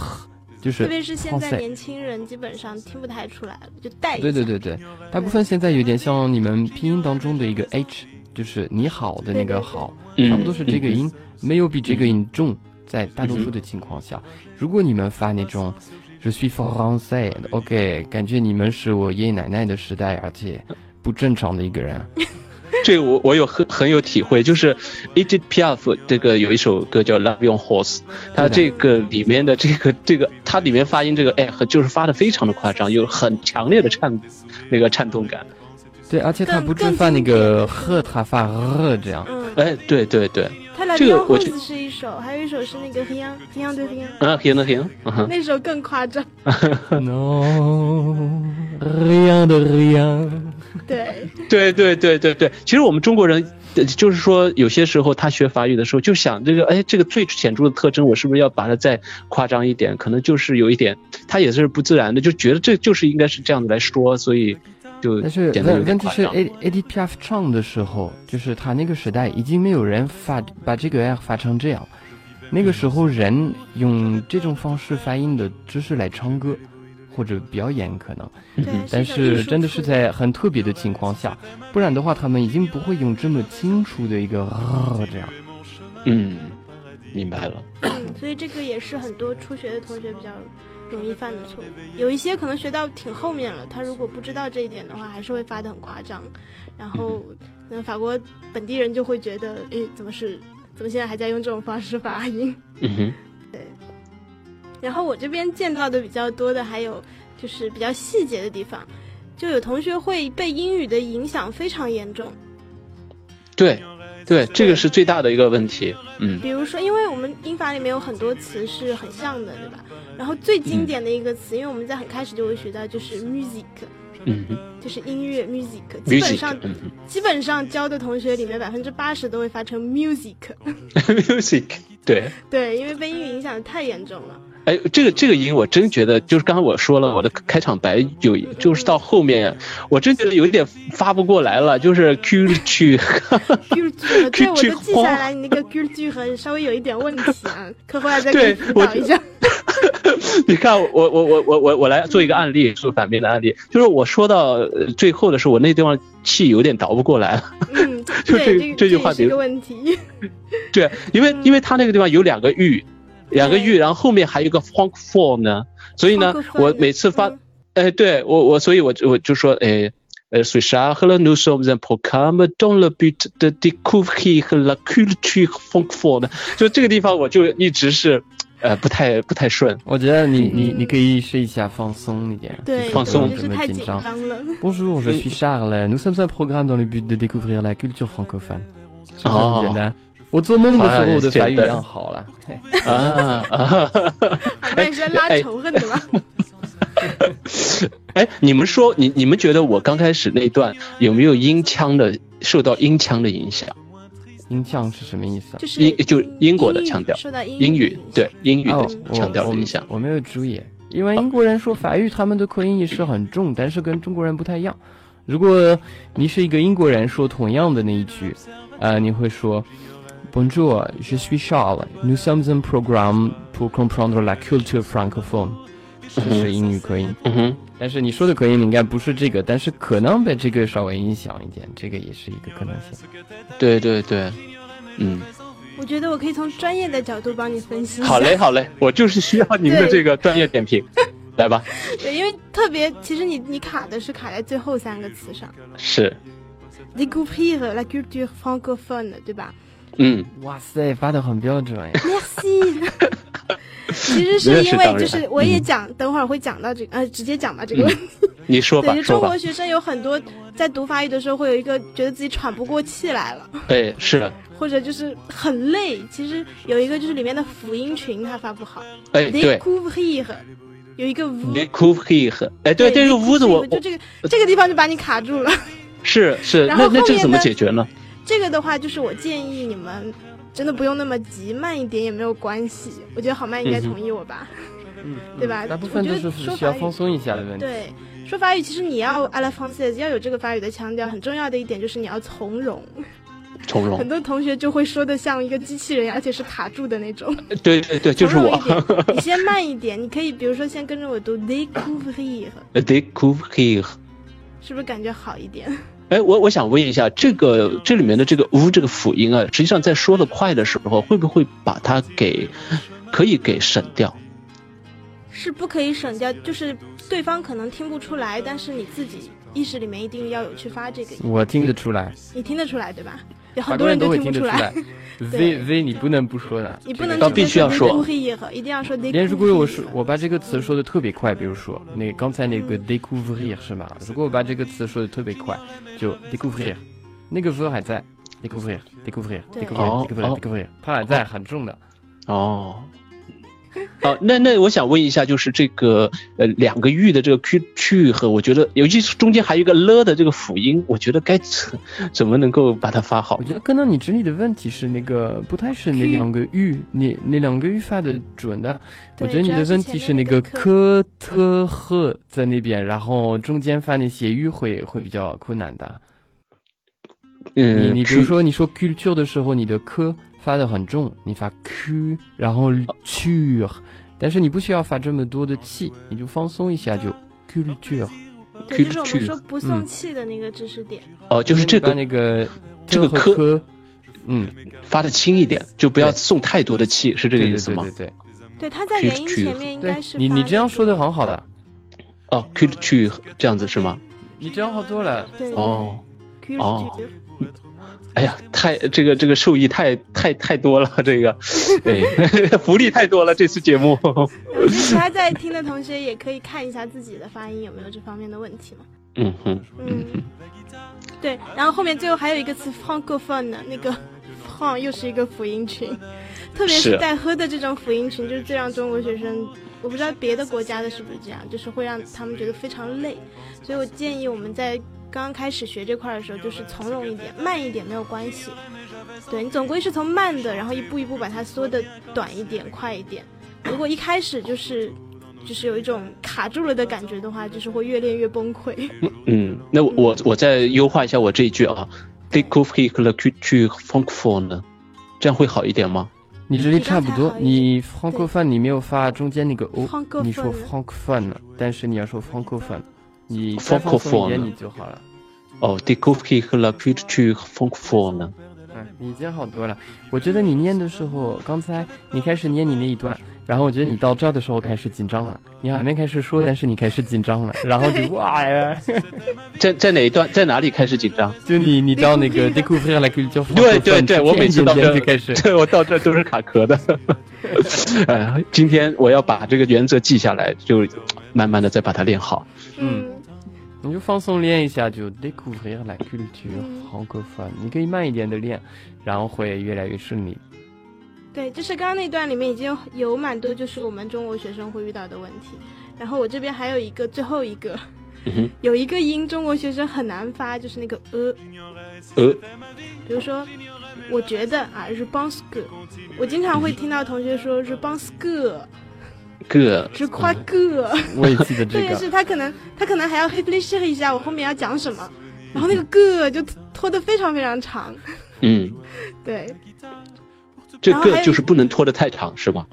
B: 特
C: 就是
B: 别是现在
C: français
B: 年轻人基本上听不太出来了，就带一
C: 对
B: 下。
C: 对对对，大部分现在有点像你们拼音当中的一个 h，就是你好的那个好，
A: 嗯
C: 差不多是这个音，没有比这个音重。在大多数的情况下，如果你们发那种“je suis français”，OK，、感觉你们是我爷爷奶奶的时代，而且不正常的一个人。
A: 这个我我有很很有体会，就是 Edith Piaf 这个有一首歌叫《Love Your Horse》，它这个里面的这个这个，它里面发音这个 eh 就是发的非常的夸张，有很强烈的颤那个颤动感。
C: 对，而且他
B: 更
C: 不只
B: 更
C: 发那
B: 经典
C: 个
B: 的
C: h，他发 r 这样。
B: 嗯，
A: 哎，对对对，
B: 他的《
A: 这个
B: Bien
A: 我觉
B: Rose》是一首，还有一首是那个 Rien Rien de Rien，
A: 啊，行了行，嗯哼
B: 那首更夸张。
C: non rien de rien。
B: 对，
A: 对对对对对，其实我们中国人。呃就是说，有些时候他学法语的时候，就想这个，哎，这个最显著的特征，我是不是要把它再夸张一点？可能就是有一点，他也是不自然的，就觉得这就是应该是这样子来说，所以就
C: 但是
A: 显得有
C: 问
A: 点
C: 问题
A: 夸
C: 是
A: 张。
C: ，A A D P F 唱的时候，就是他那个时代已经没有人发把这个 R 发成这样。那个时候人用这种方式发音的知识来唱歌或者表演可能，
A: 嗯
B: 对，
C: 但
B: 是
C: 是
B: 一首
C: 真的
B: 艺术
C: 是
B: 出
C: 在很特别的情况下，不然的话他们已经不会用这么清楚的一个 r 这样。
A: 嗯，明白了。
B: 嗯，所以这个也是很多初学的同学比较容易犯的错误。有一些可能学到挺后面了，他如果不知道这一点的话，还是会发的很夸张。然后，那法国本地人就会觉得，诶，怎么是怎么现在还在用这种方式发音？
A: 嗯哼，
B: 然后我这边见到的比较多的还有就是比较细节的地方，就有同学会被英语的影响非常严重。
A: 对，对，这个是最大的一个问题。嗯
B: 比如说，因为我们英法里面有很多词是很像的，对吧？然后最经典的一个词，因为我们在很开始就会学到，就是 music，
A: 嗯哼
B: 就是音乐 music。基本
A: ，music，
B: 上
A: 嗯哼
B: 基本上教的同学里面百分之八十都会发成 music，
A: (laughs) ，music，对。
B: 对，因为被英语影响的太严重了。
A: 哎，这个这个音我真觉得，就是刚刚我说了，我的开场白有，就是到后面，我真觉得有一点发不过来了，就是 Q 去 (laughs)
B: culture，对我
A: culture
B: 都记下来，你那个 culture 很稍微有一点问题啊，可回来再给
A: 对
B: 你辅导一下。
A: 你看，我我我我我我来做一个案例，做反面的案例，就是我说到呃最后的时候，我那地方气有点倒不过来了。
B: 嗯，
A: (laughs) 就这
B: 对，这个
A: 这句
B: 也
A: 话比
B: 是
A: 如
B: 个问题。 (laughs)
A: 对，因为因为他那个地方有两个玉，两个玉，
B: 对
A: 然后后面还有一个 funk four 呢，所以呢
B: 包括，发
A: 我
B: 音
A: 每次发
B: 嗯，
A: 哎，对我我，所以我就我就说，哎，呃，ce soir là, nous sommes un programme dans le but de découvrir la culture francophone。就这个地方，我就一直是，呃，不太不太顺。
C: 我觉得你你你可以试一下放松一点，
B: 对，
A: 放松
B: 就
C: 这
B: 是
C: 么
B: 太
C: 紧
B: 紧
C: 张。
B: 张了。 (laughs)
C: Bonjour, je suis Charles. Nous sommes un programme dans le but de découvrir la culture francophone. 是不是很
A: 哦
C: 简单。我做梦的时候，我的法
A: 好像也是简
C: 语
A: 单
C: 量好了。嘿
A: 啊啊！
B: 那你是拉
A: 哎
B: 仇
A: (laughs)
B: 恨的吧？
A: 哎，你们说，你你们觉得我刚开始那段有没有音腔的受到音腔的影响？
C: 音腔是什么意思啊？
B: 就是
A: 英就英国的
B: 英语
A: 腔调
B: 受到英
A: 英语
B: 影响
A: 对英语的
C: 哦，我
A: 腔调
C: 我
A: 的影响。
C: 我没有注意，因为英国人说法语，他们的口音也是很重，但是跟中国人不太一样。如果你是一个英国人，说同样的那一句，呃，你会说 Bonjour, je suis Charles. Nous sommes un programme pour comprendre la culture francophone. 这是英语口音。
A: 嗯哼，
C: 但是你说的口音应该不是这个，但是可能被这个稍微影响一点，这个也是一个可能性。
A: 对对对，嗯，
B: 我觉得我可以从专业的角度帮你分析一下。
A: 好嘞好嘞，我就是需要您的
B: 对
A: 这个专业点评，来吧，
B: 对，因为特别，其实你你卡的是卡在最后三个词上
A: 是，
B: ，découvrir la culture francophone，对吧
A: 嗯，
C: 哇塞，发的很标准哎呀！
A: (laughs)
B: ？Merci 。 (laughs) 其实
A: 那是
B: 是因为
A: 当
B: 就
A: 然嗯
B: 是我也讲，等会儿会讲到这个，呃，直接讲吧这个问题。
A: 你说吧
B: 对，就
A: 说
B: 中
A: 吧
B: 国，学生有很多在读法语的时候会有一个觉得自己喘不过气来了，
A: 哎，是，
B: 或者就是很累。其实有一个就是里面的辅音群它发不好
A: 哎，对
B: ，découvrir 有一个 v，
A: ，découvrir，哎，对，这个屋子我
B: 就这个这个地方就把你卡住了。
A: 是是，
B: 然
A: 那
B: 后
A: 那
B: 后
A: 这个
B: 面
A: 怎么
B: 呢
A: 解决呢？
B: 这个的话，就是我建议你们真的不用那么急，慢一点也没有关系。
A: 嗯
B: 我觉得好慢应该同意我吧，对吧？
C: 大部分
B: 嗯我觉
C: 都
B: 得
C: 是
B: 说
C: 需要
B: 法语
C: 放松一下的问题。
B: 对，说法语，其实你要阿拉 française 要有这个法语的腔调，很重要的一点就是你要从容。
A: 从容
B: 很。多同学就会说的像一个机器人，而且是卡住的那种。
A: 对对对，就是
B: 从容
A: 我
B: 一。点 (laughs) 你先慢一点，你可以比如说先跟着我读 découvrir，
A: (laughs) Découvrir。
B: 是不是感觉好一点？ (laughs)
A: 哎，我我想问一下，这个这里面的这个“呜”这个辅音啊，实际上在说的快的时候，会不会把它给可以给省掉？
B: 是不可以省掉，就是对方可能听不出来，但是你自己意识里面一定要有去发这个音，
C: 我听得出来，
B: 你听得出来对吧？有
C: 法
B: 很
C: 国
B: 多人
C: 都
B: 都
C: 会
B: 不
C: 听得
B: 出
C: 出
B: 来
C: 来，。v v 你不能不说的，
B: 你不能
C: 这
A: 到
C: 个
A: 必
B: 直接
A: 须要
B: 说
A: 说
B: découvrir，一定要说 découvrir。
C: 连如果我说我把这个词说的特别快，比如说那刚才那个 découvrir 是吗？如果我把这个词说的特别快，就 découvrir，那个 v 还在，découvrir découvrir
B: 对
C: découvrir
A: 哦
C: découvrir
A: 哦
C: découvrir，它还在，很重的。
A: 哦。哦，那那我想问一下，就是这个呃两个玉的这个区区域和，我觉得尤其是中间还有一个了的这个辅音，我觉得该怎怎么能够把它发好
C: 我？觉得刚刚你整理的问题是那个不太是那两个语，那那两个语发的准的。
B: 嗯对
C: 我觉得你的问题是那个
B: 主要是前
C: k t h 在那边，然后中间发那些 u 会会比较困难的。你
A: 嗯，
C: 你比
A: 区
C: 如说你说 culture 的时候，你的 k 发的很重，你发 q，然后
A: 哦
C: culture，但是你不需要发这么多的气，你就放松一下就 culture。
B: 对，就是我们
A: culture
B: 说不送气的那个知识点。
C: 嗯
A: 哦，就是这
C: 把
A: 个
C: 那个
A: 这个
C: t 和
A: 科
C: k，嗯，
A: 发的轻一点，就不要
C: 对
A: 送太多的气，是这
C: 对
A: 个
C: 对
A: 意
C: 对
A: 思吗
C: 对？对
B: 对，它
A: culture
B: 在元音前面应该是
C: 对，你你
B: 发
C: 这样说的很好的。
A: 哦，culture 这样子是吗？
C: 你这样好多了。
B: 对
A: 哦，
B: culture
A: 哦
C: (laughs)
A: 哎呀，太这个这个受益太太太多了，这
C: (laughs)
A: 个，哎， (laughs) 福利太多了，这次节目。 (laughs)
B: 我觉得其他在听的同学也可以看一下自己的发音有没有这方面的问题嘛。
A: 嗯哼，
B: 嗯，对，然后后面最后还有一个词 francophone 的那个 fran 又是一个辅音群，特别是
A: 是
B: 带喝的这种辅音群，就是最让中国学生，我不知道别的国家的是不是这样，就是会让他们觉得非常累，所以我建议我们在刚刚开始学这块儿的时候，就是从容一点，慢一点没有关系。对你总归是从慢的，然后一步一步把它缩的短一点、快一点。如果一开始就是就是有一种卡住了的感觉的话，就是会越练越崩溃。
A: 嗯，那我我我再优化一下我这一句啊，découvrir la culture francophone，这样会好一点吗？
C: 你这里差不多，你
B: 你
C: francophone 你没有发中间那个 o，
B: Francophone
C: 哦你说 francophone，了但是你要说 francophone，你再放松一点
A: Francophone
C: 你就好了。
A: 哦，découvrir la culture francophone，
C: 嗯，你已经好多了。我觉得你念的时候，刚才你开始念你那一段，然后我觉得你到这儿的时候开始紧张了。你还没开始说，但是你开始紧张了，然后就哇呀，
A: 在在哪一段，在哪里开始紧张？哦
C: 就你你到那 (laughs) 个 découvrir la culture francophone，
A: 对对对，我每次到这
C: 就开始。
A: (laughs) 对我到这都是卡壳的。 (laughs) 呃，今天我要把这个原则记下来，就慢慢的再把它练好。
C: 嗯你就放松练一下，就 découvrir la culture
B: 嗯
C: francophone。你可以慢一点的练，然后会越来越顺利。
B: 对，就是刚刚那段里面已经有有蛮多就是我们中国学生会遇到的问题，然后我这边还有一个最后一个，
C: 嗯
A: 哼
B: (laughs) 有一个音中国学生很难发，就是那个呃，
A: 呃，
B: 比如说我觉得啊，je pense que，我经常会听到同学说 je pense que，je
A: 个
B: crois que，
C: 我也记
B: 特
C: 得嗯这
B: 别
C: 个，
B: 是他可能他可能还要 reflexir 一下我后面要讲什么，然后那个 que 就拖得非常非常长，
A: 嗯，
B: 对，
A: 这
B: 然后还
A: 个
B: 有
A: 就是不能拖得太长，是吗？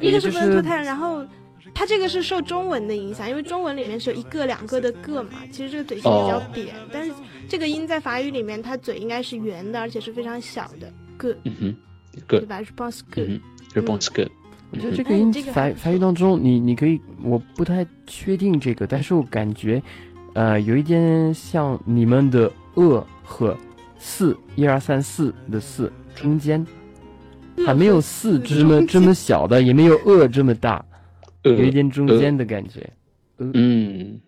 B: 一个
C: 就是
B: 不能脱碳，然后它这个是受中文的影响，因为中文里面是有一个两个的个嘛，其实这个嘴型比较
A: 哦
B: 扁，但是这个音在法语里面，它嘴应该是圆的，而且是非常小的个，
A: 嗯哼，
B: 对
A: 个，
B: 吧？Je pense que，
A: 嗯哼，response good。
C: 我觉得这
B: 哎
C: 个音
B: 这个
C: 法
B: 还不错
C: 法语当中，你你可以，我不太确定这个，但是我感觉，呃，有一点像你们的呃和四一二三四的四中间，
B: 嗯
C: 还没有四这么这么小的，也没有呃这么大，
A: 呃
C: 有一点中间的感觉。
A: 嗯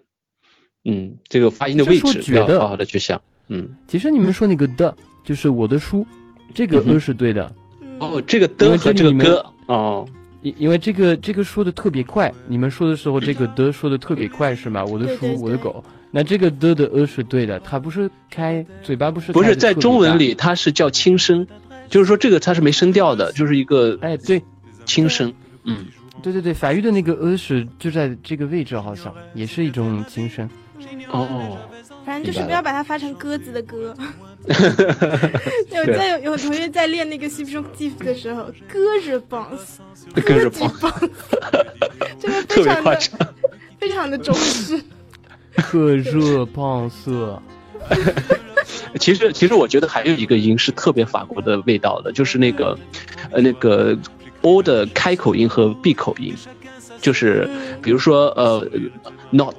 A: 嗯，这个发音的位
C: 这是我
A: 置
C: 觉
A: 要
C: 得
A: 好好的去想。嗯，
C: 其实你们说那个的，就是我的书，这个
A: 嗯哼
C: 呃是对的。
B: 嗯，
A: 哦，这个
C: 因
A: 的
C: 为
A: 和
C: 这
A: 这个
C: 个里面
A: 歌哦，
C: 因因为这个这个说的特别快，你们说的时候这个的说的特别快是吗？我的
B: 对
C: 书
B: 对，
C: 我的
B: 对
C: 狗。那这个的的呃是对的，它不是开嘴巴不是
A: 不
C: 开
A: 是
C: 得
A: 在
C: 特别
A: 中
C: 大
A: 文，里它是叫轻声，就是说这个它是没声调的，就是一个
C: 哎对
A: 轻声。嗯，
C: 对对对，法语的那个呃是就在这个位置好像也是一种轻声，
A: 哦，
B: 反正就是
A: 明
B: 不
A: 白了
B: 要把它发成鸽子的
A: (laughs)
B: 鸽。有在有有同学在练那个 subjunctive 的时候，鸽子 bounce，
A: 鸽子
B: bounce，这个
A: 特别
B: 非常
A: 夸
B: 的
A: 张。
B: 非常的中式。
C: 特热
B: (laughs)
C: 胖色，
A: (laughs) 其实，其实我觉得还有一个音是特别法国的味道的，就是那个，呃，那个 o 的开口音和闭口音，就是
B: 嗯
A: 比如说呃，not，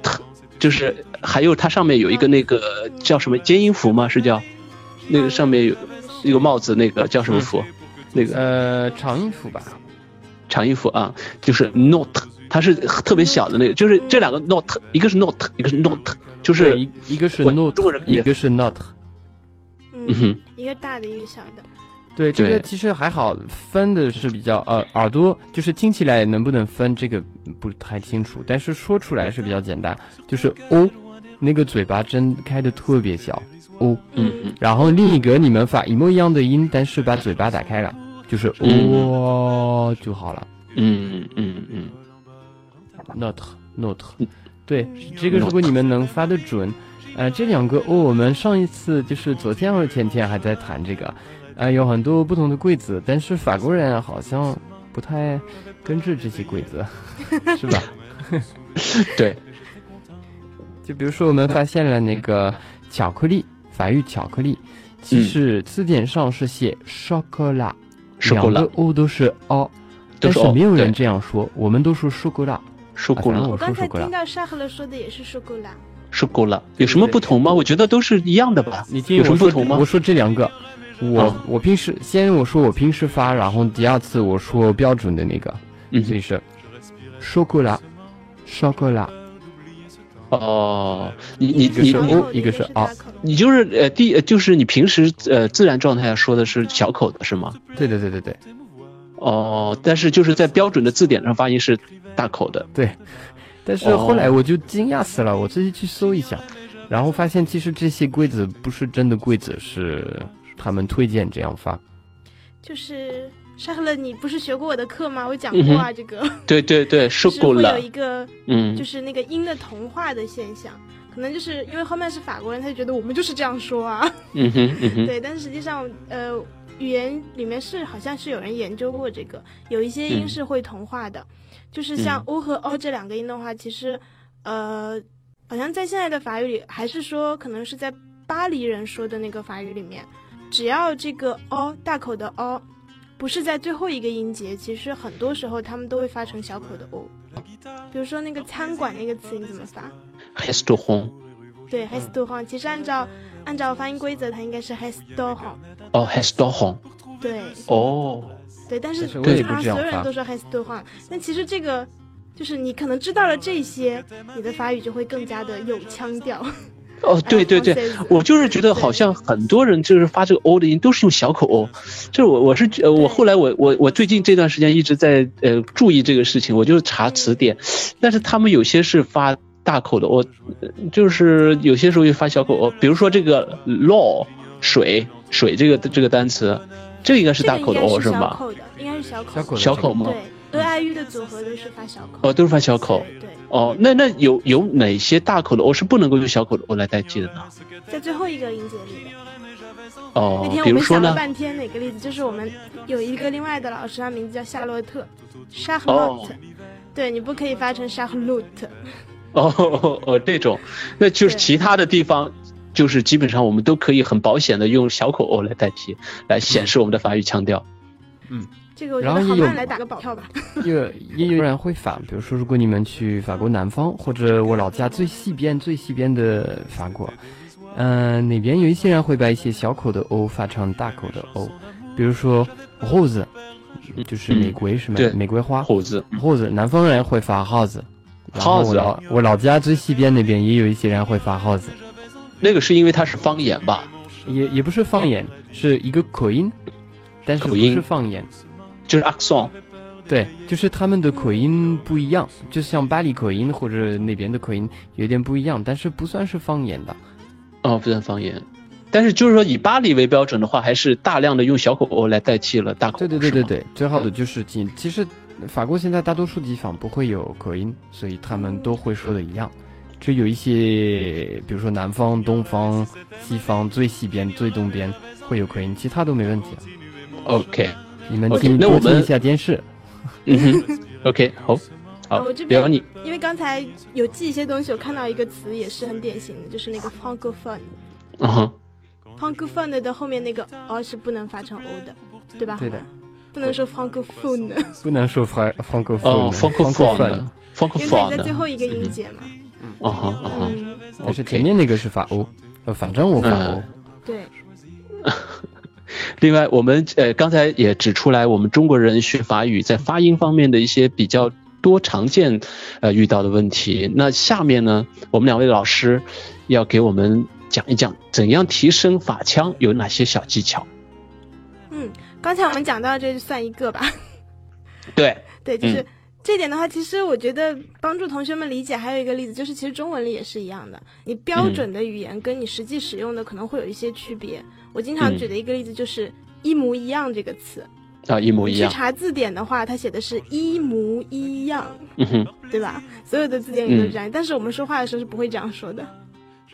A: 就是还有它上面有一个那个叫什么尖音符吗？是叫那个上面有一个帽子那个叫什么
C: 嗯
A: 符？那个
C: 呃，长音符吧，
A: 长音符啊，就是 not，它是特别小的那个，就是这两个 not，一个是 not，一个是 not，就是
C: 一一个是
A: 我
C: note，
A: 中国人
C: 一个是 not。
A: 嗯
B: 嗯，
A: 哼，
B: 一个大的，一个小的。
C: 对，这个
A: 对
C: 其实还好，分的是比较呃耳朵，就是听起来能不能分这个不太清楚，但是说出来是比较简单，就是 o，那个嘴巴睁开的特别小，o，
A: 嗯嗯。
C: 然后另一个你们发一模一样的音，但是把嘴巴打开了，就是
A: 嗯
C: 哦就好了
A: 嗯嗯嗯，
C: ，notre notre，对，这个如果你们能发得准，呃，这两个 o 我们上一次就是昨天还是前天还在谈这个，呃，有很多不同的柜子，但是法国人好像不太根治这些柜子，是吧？
A: (laughs) 对，
C: 就比如说我们发现了那个巧克力，法语巧克力，其实字典上是写
A: 嗯
C: chocolat。
A: 是过
C: 两
A: 了
C: 个，O 都是 O，
A: 都
C: 但
A: 是
C: 是
A: 哦
C: 没有人
A: 对
C: 这样说，我们都说舒格拉。
A: 说过
C: 啊反正
A: 了，
B: 我
C: 我说
B: 刚才
C: 说过了
B: 听到沙赫勒说的也是说过了，
A: 说过了，有什么不同吗？我觉得都是一样的吧。
C: 你听
A: 有什
C: 我
A: 么
C: 说
A: 不同吗
C: 我？说这两个，我、
A: 啊
C: 我平时先我说我平时发，然后第二次我说标准的那个，
A: 嗯
C: 所以是舒格拉，舒格拉，
A: 哦，你你
C: 一
A: 你
C: 个是
A: 你
C: 哦一个是
B: 大
C: 啊
B: 口
A: 你就是呃第呃就是你平时呃自然状态下说的是小口的是吗？
C: 对对对对对
A: 哦，但是就是在标准的字典上发音是大口的。
C: 对。但
A: 哦
C: 是后来我就惊讶死了，我自己去搜一下，然后发现其实这些柜子不是真的柜子，是他们推荐这样发。
B: 就是沙赫勒，你不是学过我的课吗？我讲
C: 嗯
B: 过啊，这个
A: 对对对，
B: 就
A: 说
B: 是
A: 过
B: 会有
A: 了
B: 一。个
A: 嗯
B: 就，是那个音的同化的现象。可能就是因为后面是法国人，他就觉得我们就是这样说啊，
A: 嗯哼嗯哼，
B: 对。但是实际上，呃，语言里面是好像是有人研究过这个，有一些音
A: 嗯
B: 是会同化的，就是像 o 和 o 这两个音的话，其实，呃，好像在现在的法语里，还是说可能是在巴黎人说的那个法语里面，只要这个 o 大口的 o 不是在最后一个音节，其实很多时候他们都会发成小口的 o。比如说那个餐馆那个词你怎么发？
A: 还是多红。
B: 对 h e s t o r a n 其实按照按照发音规则，它应该是 h e s t o r a n
A: 哦，还是多红。
B: 对
A: 哦，
B: 对，但是
C: 但是我
B: 基
A: 也
B: 本上
C: 不这样
B: 所有人
C: 发
B: 都说 h e s t o r a n 但其实这个就是你可能知道了这些，你的法语就会更加的有腔调。
A: 哦，对
B: (laughs)
A: 对对，我就是觉得好像很多人就是发这个 o 的音都是用小口 o，就是我我是呃我后来我我我最近这段时间一直在呃注意这个事情，我就是查词典，但是他们有些是发大口的 o，呃就是有些时候又发小口 o，比如说这个 law 水水这个这个单词，这个应该是
B: 这
A: 大
B: 个应
A: 口的
B: 该
A: o
B: 是
A: 是
B: 小
A: 吗？
B: 口的，应该是小口。
C: 小口的
A: 小口吗？
B: 对，e i u 的组合都是发小口。
A: 哦，都是发小口。
B: 对，
A: 哦，那那有有哪些大口的 o 是不能够用小口的 o 来代替的呢？
B: 在最后一个音节里面。
A: 哦
B: 那天，
A: 比
B: 我
A: 如
B: 们
A: 说
B: 想了
A: 呢？
B: 半天哪个例子，就是我们有一个另外的老师，他名字叫夏洛特 c h a r l o
A: 哦
B: t t 对你不可以发成 Charlotte，
A: 哦哦哦，这种，那就是
B: 对
A: 其他的地方，就是基本上我们都可以很保险的用小口 o 来代替，来显示我们的法语腔调。
B: 这个我觉
C: 然后
B: 得
C: 也
B: 好
C: 有
B: 曼来打个保票吧。
C: 也也有人会反，比如说，如果你们去法国南方，或者我老家最西边、最西边的法国，嗯、那边有一些人会把一些小口的 o 发成大口的 o，比如说 rose，就是玫瑰是吗？
A: 嗯对
C: 玫瑰花
A: 猴子，
C: rose，南方人会发 rose。然后我
A: House 啊
C: 老我老家最西边那边也有一些人会发 rose，
A: 那个是因为它是方言吧？
C: 也也不是方言，是一个口音，但是
A: 口
C: 不
A: 音
C: 是方言。
A: 就是 accent。
C: 对，就是他们的口音不一样，就像巴黎口音或者那边的口音有点不一样，但是不算是方言的。
A: 哦，不算方言。但是就是说，以巴黎为标准的话，还是大量的用小口 o 来代替了大口 O，
C: 对对对对
A: 是吗，
C: 对，最好的就是其其实法国现在大多数地方不会有口音，所以他们都会说的一样。就有一些，比如说南方、东方、西方最西边、最东边会有口音，其他都没问题、啊。
A: OK，
C: 你们
A: OK，
C: 听
A: 哦那
C: 多
A: 我
C: 听
A: 们
C: 一下监视，
A: 嗯哼，OK，好，好
B: 啊我这，边
A: 聊你。
B: 因为刚才有记一些东西，我看到一个词也是很典型的，就是那个 francophone。
A: 嗯哼，
B: francophone 的后面那个 o 是不能发成 o 的，对吧？
C: 对的，
B: 不能说 francophone，
C: 不能说 fran francophone，
A: 哦
C: f r
A: ，francophone，
B: 因为它在最
A: francophone，
B: 后一个音节嘛。
A: 嗯哼，嗯哼
B: (laughs) 嗯，
C: 但是
A: OK
C: 前面那个是法欧，呃，反正我法欧
A: 嗯，
B: 对，
A: 另外，我们呃刚才也指出来，我们中国人学法语在发音方面的一些比较多常见呃遇到的问题。那下面呢，我们两位老师要给我们讲一讲怎样提升法腔有哪些小技巧。
B: 嗯，刚才我们讲到这就算一个吧。 (laughs)
A: 对，
B: 对，就是、
A: 嗯
B: 这点的话，其实我觉得帮助同学们理解还有一个例子，就是其实中文里也是一样的，你标准的语言跟你实际使用的可能会有一些区别。我经常
A: 嗯
B: 举的一个例子就是“一模一样”这个词，
A: 啊，一模
B: 你
A: 一
B: 去
A: 样。
B: 查字典的话，它写的是一模一样，
A: 嗯哼，
B: 对吧？所有的字典里都是这样，但是我们说话的时候是不会这样说的，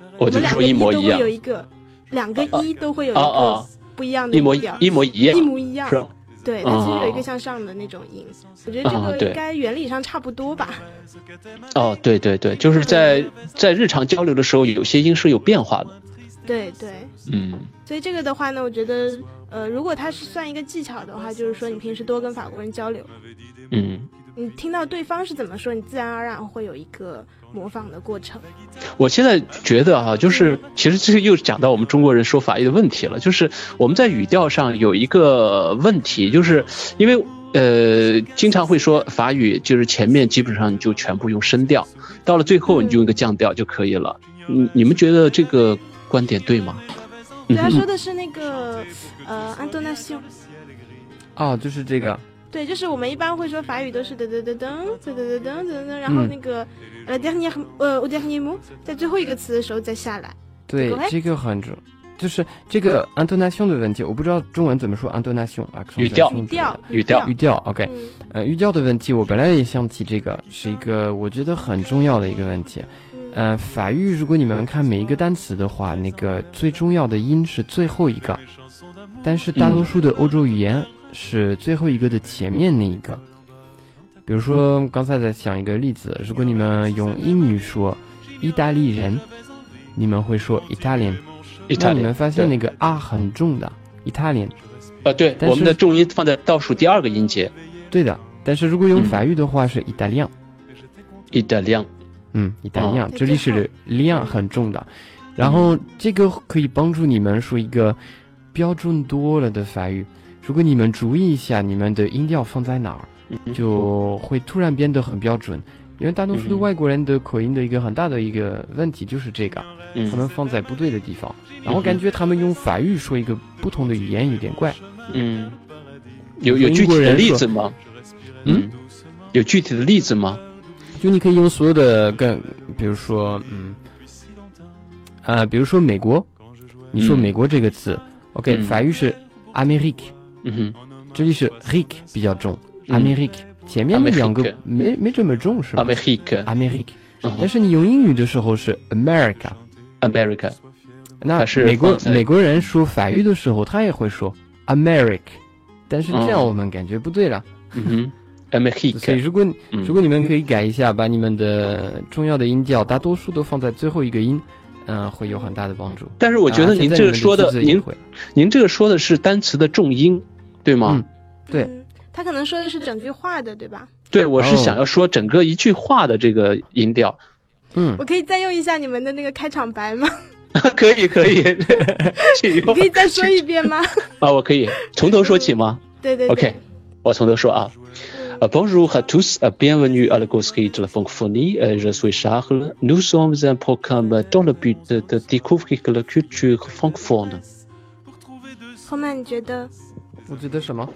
A: 嗯我就
B: 们两
A: 说
B: 个
A: 一模
B: 都
A: 一
B: 会
A: 样
B: 有，一个，两个一都会有一
A: 啊啊
B: 个不一样的
A: 一模
B: 语
A: 一
B: 调，
A: 一模一样
B: 一，模一样
A: 是。吧？
B: 对，它其实有一
A: 哦
B: 个向上的那种音，我觉得这
A: 啊
B: 个
A: 对
B: 应该原理上差不
A: (laughs)
B: 多吧。
A: 哦，对对对，就是在在日常交流的时候，有些音是有变化的。
B: 对对，
A: 嗯
B: 所以这个的话呢，我觉得，呃，如果它是算一个技巧的话，就是说你平时多跟法国人交流，
A: 嗯。
B: 你听到对方是怎么说，你自然而然会有一个模仿的过程。
A: 我现在觉得哈、就是其实这个又讲到我们中国人说法语的问题了，就是我们在语调上有一个问题，就是因为呃经常会说法语，就是前面基本上你就全部用升调，到了最后你就用一个降调就可以了。你你们觉得这个观点对吗？嗯
B: 对，
C: 啊
B: 他说的是那个，呃，intonation。
C: 哦，就是这个，
B: 对，就是我们一般会说法语都是噔噔噔噔噔噔噔噔噔噔，然后
C: 嗯
B: 那个，呃，dernier 呃，au dernier mot，在最后一个词的时候再下来。
C: 对
B: Correct，
C: 这个很重，就是这个 intonation 的问题，我不知道中文怎么说 intonation 啊，
A: 语调
B: 语调，
A: 哦语调
C: 语调，OK，
B: 嗯
C: 呃，语调的问题，我本来也想提这个，是一个我觉得很重要的一个问题。
B: 嗯
C: 呃，法语如果你们看每一个单词的话，那个最重要的音是最后一个，但是大多数的欧洲语言是最后一个的前面那一个。比如说，刚才在想一个例子，如果你们用英语说意大利人，你们会说 Italian，
A: 意大
C: 那你
A: 利
C: 们发现
A: 对
C: 那个 R 很重的 Italian，
A: 啊，对，
C: 但是
A: 我们的重音放在倒数第二个音节，
C: 对的。但是如果用法语的话是 Italien。
A: 意大利
C: 嗯，一旦
A: 哦
C: 量，
B: 对
C: 这里是
A: 嗯
C: 量很重的。然后这个可以帮助你们说一个标准多了的法语。如果你们注意一下你们的音调放在哪儿，就会突然变得很标准。因为大多数的
A: 嗯
C: 外国人的口音的一个很大的一个问题就是这个，
A: 嗯
C: 他们放在不对的地方，然后
A: 嗯哼
C: 感觉他们用法语说一个不同的语言有点怪。
A: 嗯，有有具
C: 英国
A: 体的
C: 人
A: 例
C: 说
A: 子吗？
C: 嗯，
A: 有具体的例子吗？
C: 就你可以用所有的跟，比如说，嗯，呃，比如说美国，你说
A: 嗯
C: 美国这个词、o k
A: 嗯
C: 法语是 Amerique，
A: 嗯
C: 这里是 Ric 比较重、
A: 嗯
C: Amerique，前面那两个没没这么重是
A: 哼
C: 吧
A: 嗯，America，
C: ？Amerique，
A: 嗯
C: 但是你用英语的时候是 America，
A: America，
C: 那
A: 它是
C: 美国
A: 放在
C: 美国人说法语的时候，他也会说 Americ，但是这样
A: 哦
C: 我们感觉不对了。
A: 嗯哼
C: 所以
A: ，America，
C: 如果你
A: 嗯
C: 如果你们可以改一下，把你们的重要的音调大多数都放在最后一个音，嗯、会有很大的帮助。
A: 但是我觉得
C: 啊
A: 您
C: 现在
A: 这
C: 你
A: 个
C: 们
A: 说的，
C: 字也
A: 您
C: 会
A: 您这个说的是单词的重音，对吗？
C: 嗯对
B: 嗯他可能说的是整句话的，对吧？
A: 对，我是
C: 哦
A: 想要说整个一句话的这个音
C: (laughs)
A: 调，
C: 嗯，
B: 我可以再用一下你们的那个开场白
A: 哦
B: 吗？
A: 可以可
C: (laughs)
A: 以，请
B: 你
A: 用
B: 可以再说一
A: (laughs)
B: 遍吗？
A: 啊，我可以从头说起吗？
B: 对对对。
A: OK，我从头说啊。Euh, bonjour à tous, euh, bienvenue à la causerie de la francophonie. Euh, je suis Charles. Nous sommes un programme dans le but de, de découvrir la culture francophone.
B: 后面你觉得，
C: 我觉得什么？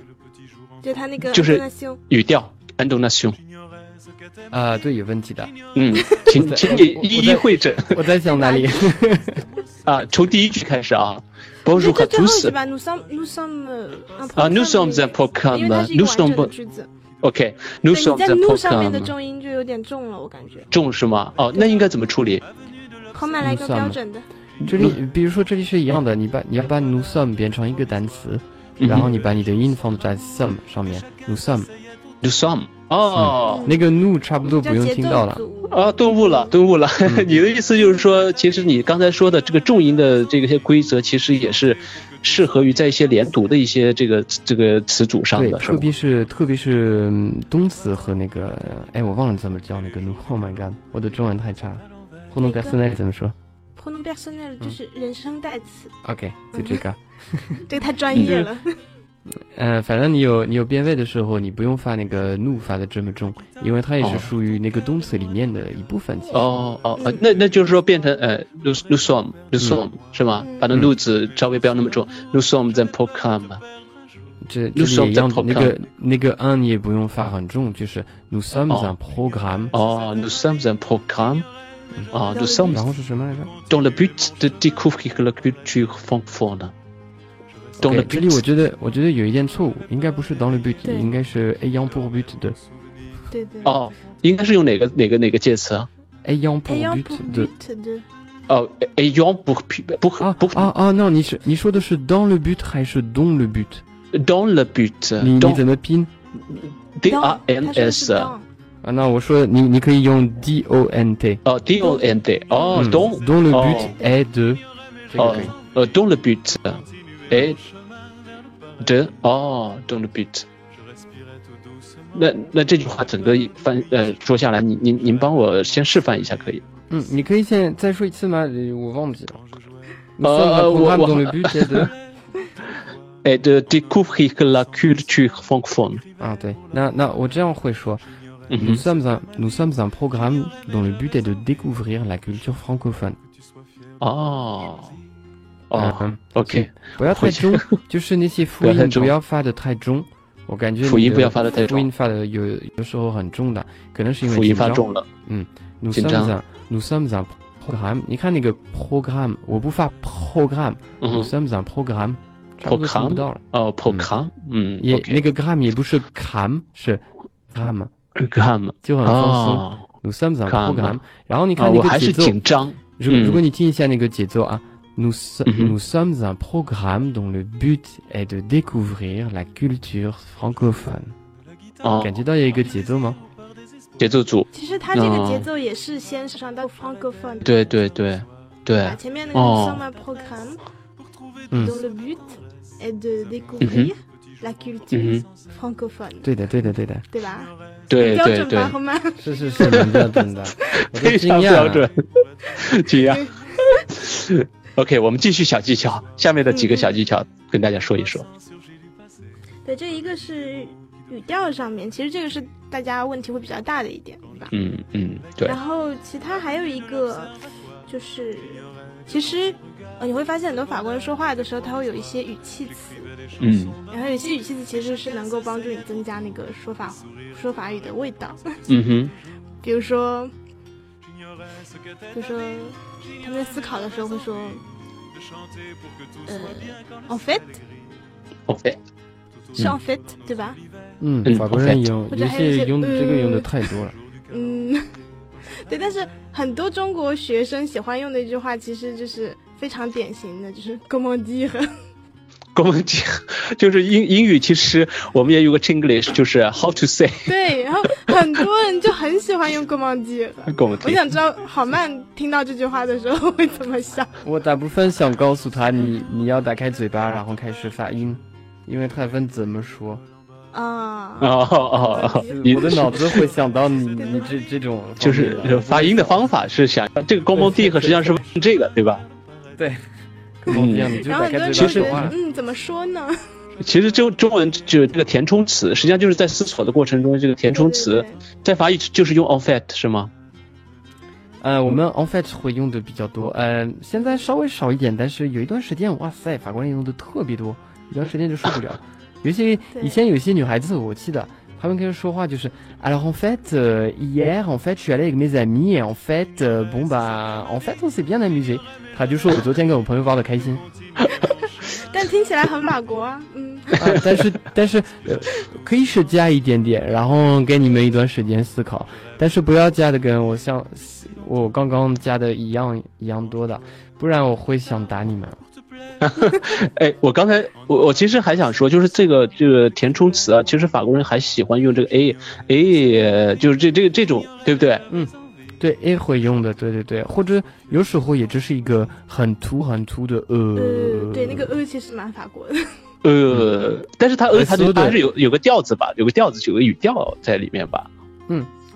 B: 就他那个
A: 就是
B: intonation
A: 语调 intonation，
C: 啊、对，有问题的。
B: (laughs)
A: 嗯，请
C: 我在
A: 请你
C: 我
A: 一
C: 我
A: 一
C: 在
A: 会诊
C: (laughs) 我在
A: (laughs)
C: 想哪里？ (laughs)
A: 啊，从第一句开始啊。
B: 就
A: Bonjour à
B: 就最后
A: tous
B: 是。吧？Nous sommes nous sommes
A: Ah,
B: un
A: nous
B: programme
A: sommes un programme.
B: 因为它是一
A: Nous
B: 个完整的
A: sommes,
B: 句子。
A: OK，nous
B: 对，你
A: sommes
B: 在
A: un
B: 怒上面的
A: programme
B: 重音就有点重了，我感觉。
A: 嗯重是吗？哦，那应该怎么处理？
B: 后面来一个
C: nous sommes
B: 标准的，
C: 这里，比如说这里是一样的，你把你要把 nous sommes 变成一个单词，
A: 嗯哼
C: 然后你把你的音放在 some 上面，nous sommes
A: nous sommes
B: 嗯
A: 哦。
C: 那个 nous 差不多
B: 叫
C: 不用
B: 节
C: 听到
B: 奏
C: 了，
B: 组。
A: 啊，顿悟了，顿悟了。(laughs)
C: 嗯
A: 你的意思就是说，其实你刚才说的这个重音的这个些规则，其实也是适合于在一些连读的一些这个这个词组上
C: 对，
A: 的，是
C: 特
A: 吗？
C: 别是特别是嗯动词和那个，哎，我忘了怎么叫那个 nous。Oh (laughs) my god，我的中文太差了，互动 p e r s o n 怎么说
B: pronom personnel 就是人称代词，
C: ？OK，就这
A: (laughs)
C: 个。
B: 这个太专业了。
C: 呃，反正你有你有变位的时候，你不用发那个 nous 发的这么重，因为它也
A: 哦
C: 是属于那个动词里面的一部分。其实，
A: 哦哦，呃那那就是说变成呃，nous nous sommes nous sommes 是吗？把那
C: 嗯
A: nous 字稍微不要那么重，nous sommes un programme。
C: 这这
A: nous
C: 里也
A: sommes
C: 一样
A: un
C: 的，那个那个 un 你也不用发很重，就是 nous sommes
A: 哦
C: un programme。
A: 哦，nous sommes un programme。哦
B: 嗯
A: ，nous sommes
C: 然后是什么来着？
A: dans le but de découvrir la culture francophone。dans le
C: OK，这里我
A: but
C: 觉得我觉得有一点错误，应该不是 dans le but，
B: 对
C: 应该是 ayant pour but 的
B: (laughs) 对对。
A: 哦，应该是用哪个哪个哪个介词啊？
B: Et
C: ayant pour
B: pour
C: but 的。
B: but de
A: 哦，ayant pour pour
C: 啊
A: pour
C: 啊啊！那你是你说的是 dans le but 还是 dans le but？
A: dans le but，
C: 你你
A: dans
C: 怎么拼
A: D
B: dans，
A: R N
B: 他说的是
A: S，
B: dans
C: 啊？那我说你你可以用 d o n t。
A: 哦，D O N D，哦
C: 嗯
A: ，dans
C: dans le
A: 哦
C: but est de。这个
A: 哦
C: 可以。，
A: 呃，dans le but，哎，de，哦，dans le but。那那这句话整个翻呃说下来，您您您帮我先示范一下可以？
C: 嗯，你可以现再说一次吗？呃我忘记了。
A: Oh. 呃，我
C: programme dans
A: 我
C: le but est de。
A: 哎，de découvrir la culture francophone。
C: 啊，对，那那我这样会说，nous
A: 嗯哼，
C: sommes un nous sommes un programme dont le but est de découvrir la culture francophone。Euh,
A: 哦，哦
C: 嗯
A: ，OK，
C: 不要太重，就是那些辅
A: 不要太
C: 音
A: 重
C: 不要发的太重。我感觉
A: 辅音
C: 你的
A: 不要发得太重
C: 辅音发的有有时候很重的，可能是因为
A: 辅音
C: 紧
A: 发
C: 张。
A: 重了。
C: Nous
A: 紧
C: sommes
A: 张
C: un nous sommes un programme。你看那个 programme，我不发 programme，
A: 嗯哼，
C: nous sommes un programme，差不多听
A: Mhm. Programme
C: 不到了。
A: 哦，programme，嗯
C: 也
A: ，OK，
C: 那个 gram 也不是 cam，是 gram，
A: programme，
C: 就很嗯放松。
A: 哦，
C: Nous sommes un
A: Gram
C: programme。然后你
A: 啊，
C: 看那
A: 我
C: 个
A: 还
C: 节
A: 是
C: 奏，
A: 紧张。
C: 如
A: 嗯
C: 如果你听一下那个节奏啊，nous so-
A: 嗯哼
C: nous sommes un programme dont le but est de découvrir la culture francophone。
A: 哦
C: 感，觉到有一个节奏吗？
A: 节奏组，
B: 其实它这个
A: 哦
B: 节奏也是先上到 francophone，
A: 对对对对
B: 把，前面那个
A: 哦
B: sommes un programme
C: 嗯
B: dont le but est de découvrir
A: Mm-hmm。
B: la culture
A: 嗯
B: francophone，
C: 对的，对的，对的，
B: 对吧？
A: Mm-hmm。对
B: 标
A: 对
B: 准
A: 对
B: 吧，，好吗？
C: 是是是，蛮标准的，我都
A: 非
C: 惊
A: 常
C: 讶
A: 标
C: 了。
A: 准， (laughs) 惊讶。OK，我们继续小技巧，下面的几个小技巧跟大家说一说。
B: 对，这一个是语调上面，其实这个是大家问题会比较大的一点，对吧？
A: 嗯嗯，对
B: 然，后其他还有一个就是，其实呃你会发现很多法国人说话的时候，他会有一些语气词，
A: 嗯
B: 然后有些语气词其实是能够帮助你增加那个说法说法语的味道， (laughs)
A: 嗯哼，
B: 比如说，比如说他们在思考的时候会说，呃，en fait
A: 哦哎，
B: 是 en fait 对吧？
C: 嗯
A: 嗯，
C: 法国人用
B: 或者
C: 有
B: 还有一些
C: 些用这个用的
B: 呃
C: 太多了。
B: 嗯，对，但是很多中国学生喜欢用的一句话，其实就是非常典型的，就是 comment dire，
A: 公文题就是英英语，其实我们也有个 Chinglish，就是 how to say
B: 对，然后很多人就很喜欢用 comment dire。
A: 公文
B: 我
A: 题。
B: 想知道郝曼听到这句话的时候会怎么想？
C: 我大部分想告诉他，你你要打开嘴巴，然后开始发音，因为他问怎么说，
B: 啊、
A: 哦哦哦，你
C: 我的脑子会想到你你这这种方面的，
A: 就是发音的方法是想这个公文地和实际上是问这个对吧？
C: 对，跟我一样，你就
B: 然后
C: 打
B: 很多
C: 开
B: 人就
C: 嘴
B: 会觉
C: 巴说
B: 得
C: 话，。
B: 嗯，怎么说呢？
A: 其实中中文就这个填充词，实际上就是在思索的过程中，这个 (laughs) 填充词
B: 对对对
A: 在法语就是用 en fait 是吗？
C: 呃，我们 en fait 会用的比较多，呃，现在稍微少一点，但是有一段时间，哇塞，法国人用的特别多，有一段时间就受不了。有些
B: 对
C: 以前有些女孩子，我记得她们跟人说话就是，alors 啊 en fait euh, hier en fait je suis allé avec mes amis et en fait euh, bon bah en fait on s'est bien amusé。她就说我昨天跟我朋友玩的开心，
B: 但听起来很法国啊。嗯，
C: 啊，但是但是、呃可以是加一点点，然后给你们一段时间思考，但是不要加的跟我像我刚刚加的一样一样多的，不然我会想打你们。
A: 哎，我刚才我我其实还想说，就是这个这个填充词啊，其实法国人还喜欢用这个 a a，呃就是这这这种，对不对？
C: 嗯，对 A 会用的，对对对，或者有时候也只是一个很突很突的呃
A: 嗯
B: 呃，，对，那个呃其实蛮法国的。
A: 呃，但是它呃，它
C: 说
A: 对
C: 的
A: 它是有有个调子吧，有个调子，有个语调在里面吧。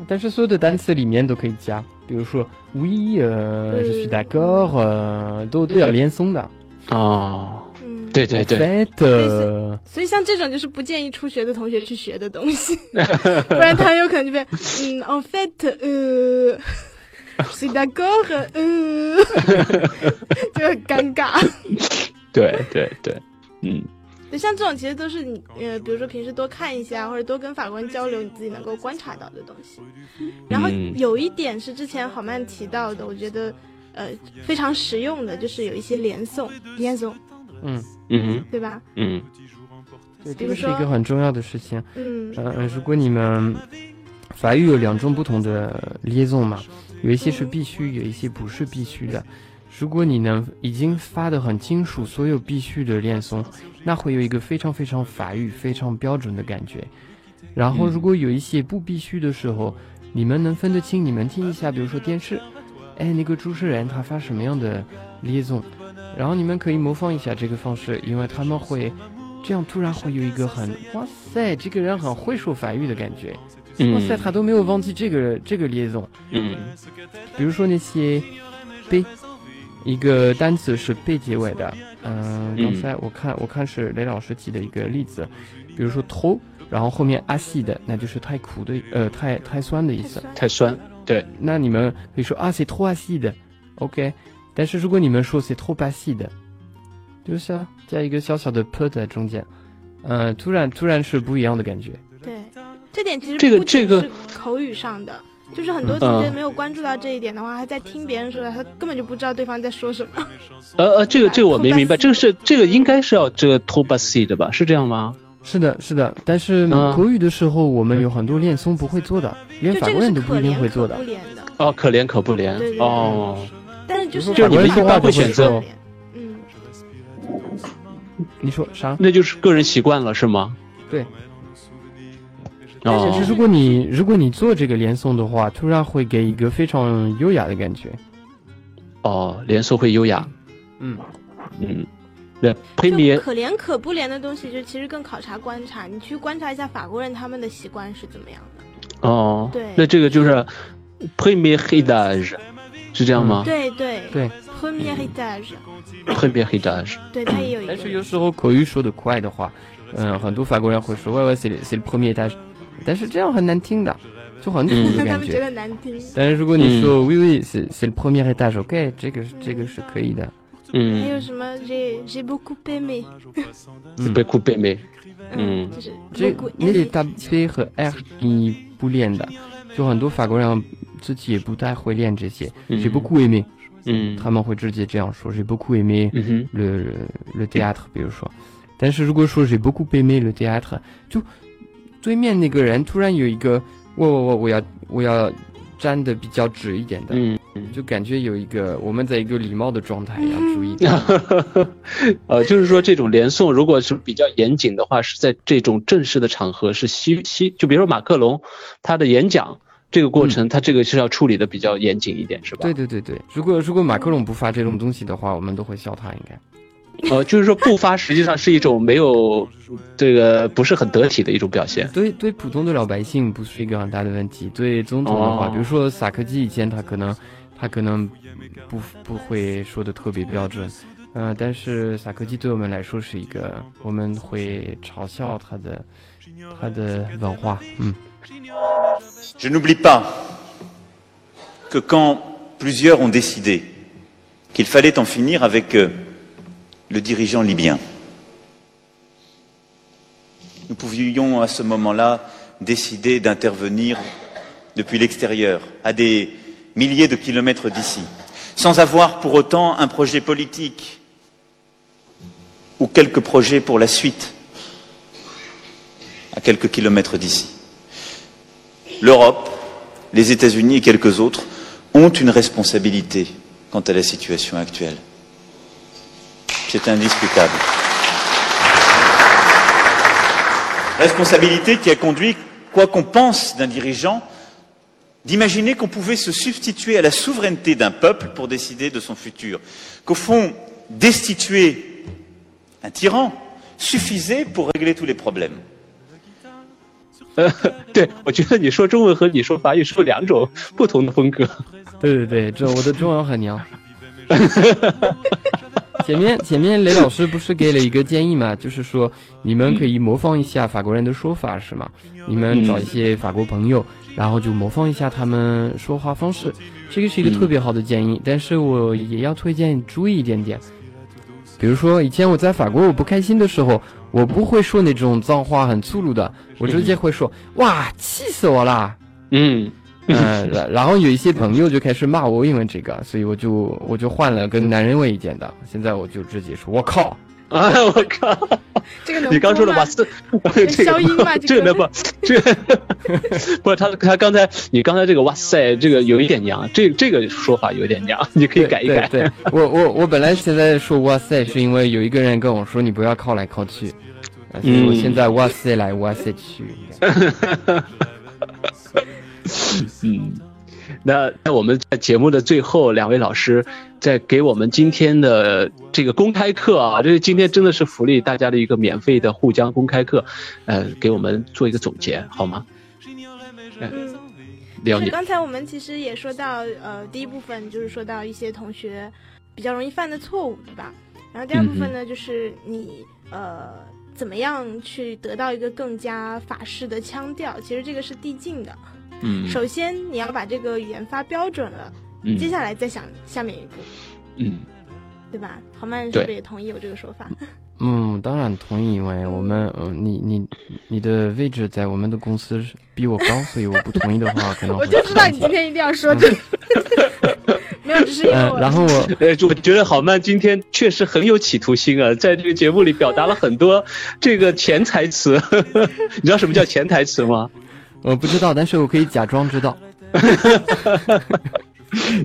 C: 但是所有的单词里面都可以加，比如说 oui，呃，je suis d'accord，呃，都都要连松的。
A: 哦，
B: 嗯，
A: 对对对，
C: en fait，呃
B: 所以像这种就是不建议初学的同学去学的东西，不然他有可能就变嗯，en fait，呃，c'est d'accord，呃，就很尴尬。
A: 对对对，嗯，
B: 对，像这种其实都是你呃，比如说平时多看一下，或者多跟法国人交流，你自己能够观察到的东西。然后
A: 嗯
B: 有一点是之前好曼提到的，我觉得呃非常实用的，就是有一些连诵，连诵，
C: 嗯，
A: 嗯
B: 对吧？
A: 哼嗯
C: 对，
B: 比
C: 这
B: 如
C: 个是一
B: 说
C: 个很重要的事情。
B: 嗯
C: 嗯、呃，如果你们法语有两种不同的 liaison 嘛，有一些是必须，有一些不是必须的。如果你能已经发得很清楚所有必须的 liaison，那会有一个非常非常法语、非常标准的感觉。然后
A: 嗯
C: 如果有一些不必须的时候，你们能分得清，你们听一下，比如说电视，哎，那个主持人他发什么样的 liaison，然后你们可以模仿一下这个方式，因为他们会。这样突然会有一个很哇塞，这个人很会说法语的感觉。哇塞，他
A: 嗯
C: 都没有忘记这个这个 liaison。
A: 嗯
C: 比如说那些 b，一个单词是 b 结尾的。嗯，刚才我看我看是雷老师举的一个例子，比如说 trop，然后后面 acid，那就是太苦的，呃，太太酸的意
B: 太
C: 思。
B: 酸
A: 太酸，
C: 那你们可以说啊，c'est trop acide，OK、但是如果你们说 c'est trop acide，就是啊加一个小小的 p 在中间，嗯、突然突然是不一样的感觉。
B: 对，这点其实
A: 这个
B: 不仅
A: 这个
B: 是口语上的，就是很多同学
A: 嗯
B: 没有关注到这一点的话，他在听别人说的，他根本就不知道对方在说什么。
A: 呃呃，这个这个我没明白，
B: Tobacco
A: 这个是这个应该是要这个 t o b a s i 的吧？是这样吗？
C: 是的，是的，但是
A: 嗯
C: 口语的时候，我们有很多练松不会做的，连
B: 就
C: 法
B: 这
C: 国
B: 个是
C: 人都不
B: 可
C: 一定
B: 怜
C: 会
B: 可
C: 做的
B: 不。怜的，
A: 哦，可怜可不怜
B: 对对对
A: 哦，
B: 但是就是
C: 就是
B: 很
C: 你们
B: 多
C: 说
B: 法
C: 话
B: 国
C: 会
B: 人
C: 选择
B: 可怜。嗯，
C: 你说
B: 哦
C: 啥？
A: 那就是个人习惯了是吗？
C: 对。
B: 但
A: 哦
C: 但是如果你如果你做这个连松的话，突然会给一个非常优雅的感觉。
A: 哦，连锁会优雅，
C: 嗯，
A: 嗯，对，
B: 就
A: 佩米，
B: 可怜可不怜的东西，就其实更考察观察，你去观察一下法国人他们的习惯是怎么样的。
A: 哦，
B: 对
A: 那这个就是佩米黑 a g e 是这样吗？
B: 对对
C: 对。
B: ，premier étage，
A: 佩米黑 a g e
B: 对，他也有一
C: 但
B: 个
C: 是有时候口语说的快的话，嗯，很多法国人会说喂喂，c'est le- c'est le premier étage，但是这样很难听的，就很土
A: 嗯
C: 的
B: 他
C: 感
B: 们觉
C: 觉。
B: 得难听。
C: 但是如果你说 oui oui c'est c'est le premier étage，OK，这个这个是可以的。
B: 还
A: 嗯
B: 有什么？j'ai j'ai beaucoup aimé，
C: 嗯
A: 贝库贝梅，嗯
B: 就是
C: 这
B: beaucoup 嗯
C: 那个
B: aimé。
C: W C 和 R 你不练的，就很多法国人自己也不太会练这些。
A: 嗯
C: J'ai beaucoup aimé，
A: 嗯，
C: 他们会直接这样说。J'ai beaucoup aimé
A: 嗯哼，
C: le le- le théâtre，比如说，但是如果说 J'ai beaucoup aimé le théâtre，就对面那个人突然有一个，我我我我要我要粘的比较直一点的，
A: 嗯。
C: 就感觉有一个我们在一个礼貌的状态，要注意。
A: (laughs) 呃，就是说这种连诵，如果是比较严谨的话，是在这种正式的场合是稀稀，就比如说马克龙他的演讲这个过程，他这个是要处理的比较严谨一点，是吧？
C: 对对对对，如果如果马克龙不发这种东西的话，我们都会笑他，应该。
A: 呃，就是说不发实际上是一种没有这个不是很得体的一种表现。
C: 对对，普通的老百姓不是一个很大的问题。对总统的话，
A: 哦
C: 比如说萨科齐以前他可能他可能不不会说的特别标准，嗯、但是萨科齐对我们来说是一个，我们会嘲笑他的他的文化，嗯。
F: Je n'oublie pas que quand plusieurs ont décidé qu'il fallait en finir avec euh, le dirigeant libyen, nous pouvions à ce moment-là décider d'intervenir depuis l'extérieur, à des milliers de kilomètres d'ici, sans avoir pour autant un projet politique ou quelques projets pour la suite à quelques kilomètres d'ici. L'Europe, les États-Unis et quelques autres ont une responsabilité quant à la situation actuelle. C'est indiscutable. Responsabilité qui a conduit, quoi qu'on pense d'un dirigeant, d'imaginer qu'on pouvait se substituer à la souveraineté d'un peuple pour décider de son futur. Qu'au fond, destituer un tyran suffisait pour régler tous les problèmes.
A: 呃，对，我觉得你说中文和你说法语是两种不同的风格。
C: 对对对，这我的中文很娘。 (laughs) 前面前面雷老师不是给了一个建议嘛，就是说你们可以模仿一下法国人的说法是吗？你们找一些法国朋友，然后就模仿一下他们说话方式，这个是一个特别好的建议。但是我也要推荐注意一点点，比如说以前我在法国我不开心的时候，我不会说那种脏话很粗鲁的，我直接会说哇气死我啦，
A: 嗯， (laughs)
B: (laughs)
C: 嗯，然然后有一些朋友就开始骂我，因为这个，所以我就我就换了跟男人味一点的，现在我就直接说，
B: (laughs)
C: 我靠，
A: 啊，我靠！
B: 这个能
A: 你刚说的瓦
B: 吧？
A: 斯， (laughs) 这
B: 消
A: 个
B: 音嘛
A: 这个
B: 这
A: 能不
B: 个？
A: 这个不是他，他刚才你刚才这个哇塞，这个有一点娘，这这个说法有点娘，你可以
C: 对
A: 改一改。
C: 对对，我我我本来现在说
B: (laughs)
C: 哇塞，是因为有一个人跟我说你不要靠来靠去，啊所以我
A: 嗯
C: 现在哇塞来哇塞去。
A: 嗯，那那我们在节目的最后，两位老师在给我们今天的这个公开课啊，这个今天真的是福利大家的一个免费的互江公开课，呃，给我们做一个总结好吗？呃
B: 嗯。
A: 了
B: 就是
A: 解，
B: 刚才我们其实也说到，呃，第一部分就是说到一些同学比较容易犯的错误，对吧？然后第二
A: 嗯
B: 部分呢，就是你呃怎么样去得到一个更加法式的腔调，其实这个是递进的。
A: 嗯
B: 首先你要把这个语言发标准了，
A: 嗯
B: 接下来再想下面一步，
A: 嗯
B: 对吧？郝曼是不是
A: 对
B: 也同意我这个说法？
C: 嗯，当然同意，因为我们，嗯，你你你的位置在我们的公司是比我高，所以我不同意的话，可能
B: 我
C: 会
B: 就
C: 出
B: 知道
C: 问
B: 你
C: 题
B: 今天一定要说这个， (laughs) 没有，只是因为
C: 嗯
B: 我，
C: 然后我
A: 嗯呃，我觉得好曼今天确实很有企图心啊，在这个节目里表达了很多这个潜台词。 (laughs) 你知道什么叫潜台词吗？
C: 我不知道，但是我可以假装知道。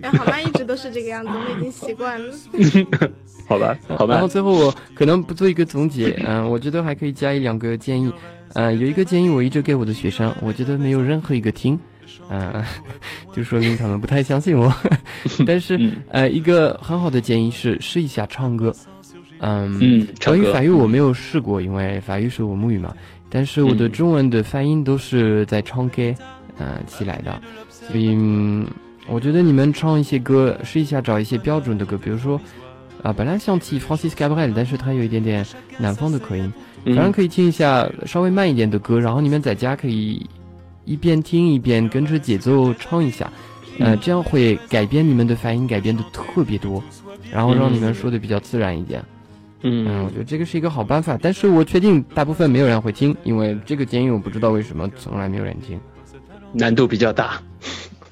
B: 然 (laughs) 后好曼一直都是这个样子，我们已经习惯了。
A: 好吧，好
C: 呃然
A: 吧
C: 后，最后我可能不做一个总结，嗯、我觉得还可以加一两个建议，嗯、有一个建议我一直给我的学生，我觉得没有任何一个听，嗯、 (laughs) 就说明他们不太相信我， (laughs) 但是
A: 嗯
C: 呃，一个很好的建议是试一下唱歌，嗯，
A: 嗯，
C: 关
A: 唱
C: 于
A: 歌
C: 法语我没有试过，因为法语是我母语嘛，但是我的
A: 嗯
C: 中文的发音都是在唱歌，呃起来的，所以、嗯我觉得你们唱一些歌，试一下找一些标准的歌，比如说啊，本来想起 Francis Cabrel，但是他有一点点南方的口音，当然
A: 嗯
C: 可以听一下稍微慢一点的歌，然后你们在家可以一边听一边跟着节奏唱一下，呃，
A: 嗯
C: 这样会改变你们的发音，改变的特别多，然后让你们说的比较自然一点。嗯，我
A: 嗯
C: 觉得这个是一个好办法，但是我确定大部分没有人会听，因为这个建议我不知道为什么从来没有人听，
A: 难度比较大。 (laughs)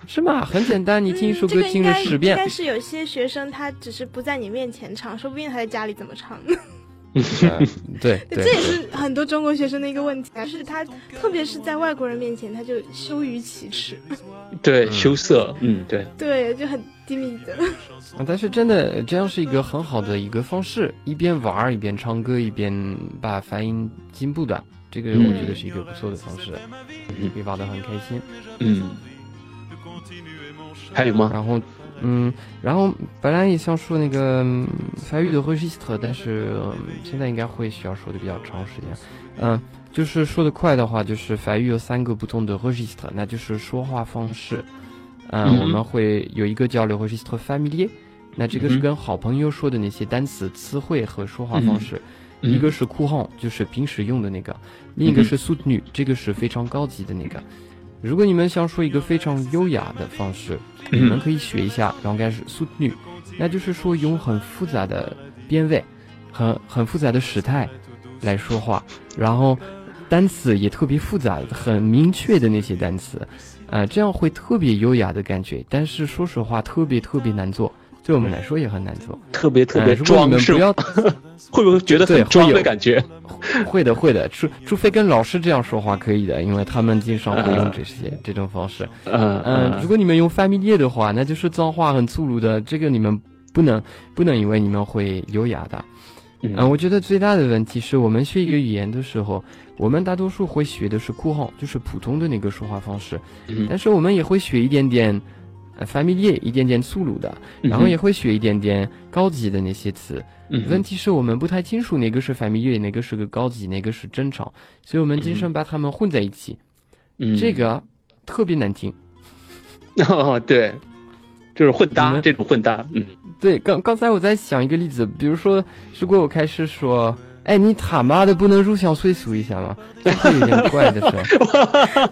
C: 是吗？很简单，你听一
B: 嗯
C: 首
B: 这
C: 歌
B: 个
C: 听
B: 应
C: 了
B: 该
C: 十遍
B: 应，该是有些学生他只是不在你面前唱，说不定他在家里怎么 (laughs) 唱。对
C: 呃对
B: (laughs) 这
C: 对
B: 也是很多中国学生的一个问题啊，就是他特别是在外国人面前，他就羞于启齿，
A: 对，羞涩，嗯，对，
B: 对，就很低迷的。
C: 啊但是真的这样是一个很好的一个方式，一边玩儿一边唱歌，一边把发音进步的，这个我觉得是一个不错的方式，
B: 嗯
C: 可以玩的很开心。
A: 嗯。还有吗？
C: 然后，嗯，然后本来也想说那个嗯法语的 registre，但是、呃现在应该会需要说的比较长时间。嗯、就是说的快的话，就是法语有三个不同的 registre，那就是说话方式。嗯，
A: 嗯
C: 我们会有一个叫 le registre familier，那这个是
A: 嗯
C: 跟好朋友说的那些单词、词汇和说话方式。
A: 嗯
C: 一个是 courant，就是平时用的那个；另一个
A: 嗯
C: 是 soutenu，这个是非常高级的那个。如果你们想说一个非常优雅的方式，你们可以学一下 langage soutenu，那就是说用很复杂的编位，很很复杂的时态来说话，然后单词也特别复杂，很明确的那些呃单词，啊、这样会特别优雅的感觉。但是说实话，特别特别难做，对我们来说也很难做。
A: 特别特
C: 呃
A: 别
C: 如果你
A: 装
C: 们
A: 是
C: 不
A: 吗？
C: 要，
A: 会不会觉得
C: 对
A: 很装
C: 会
A: 的
C: 有
A: 感觉？
C: 会的会的，除除非跟老师这样说话可以的，因为他们经常会用这些这种方式。
A: 嗯
C: 嗯，如果你们用 familier 的话，那就是脏话很粗鲁的，这个你们不能不能以为你们会优雅的。嗯、
A: 嗯
C: 我觉得最大的问题是我们学一个语言的时候，我们大多数会学的是 courant，就是普通的那个说话方式，
A: 嗯
C: 但是我们也会学一点点。呃 familier 一点点粗鲁的，然后也会学一点点高级的那些词。
A: 嗯
C: 问题是我们不太清楚哪个是 familier，哪个是个高级，哪个是正常，所以我们经常把它们混在一起，
A: 嗯
C: 这个特别难听。
A: (laughs) 哦对，就是混
C: 你
A: 搭
C: 们
A: 这种混搭，嗯 (laughs)
C: 对，刚刚才我在想一个例子，比如说，如果我开始说，哎，你他妈的不能入乡随俗一下吗？这会有点怪的是吧？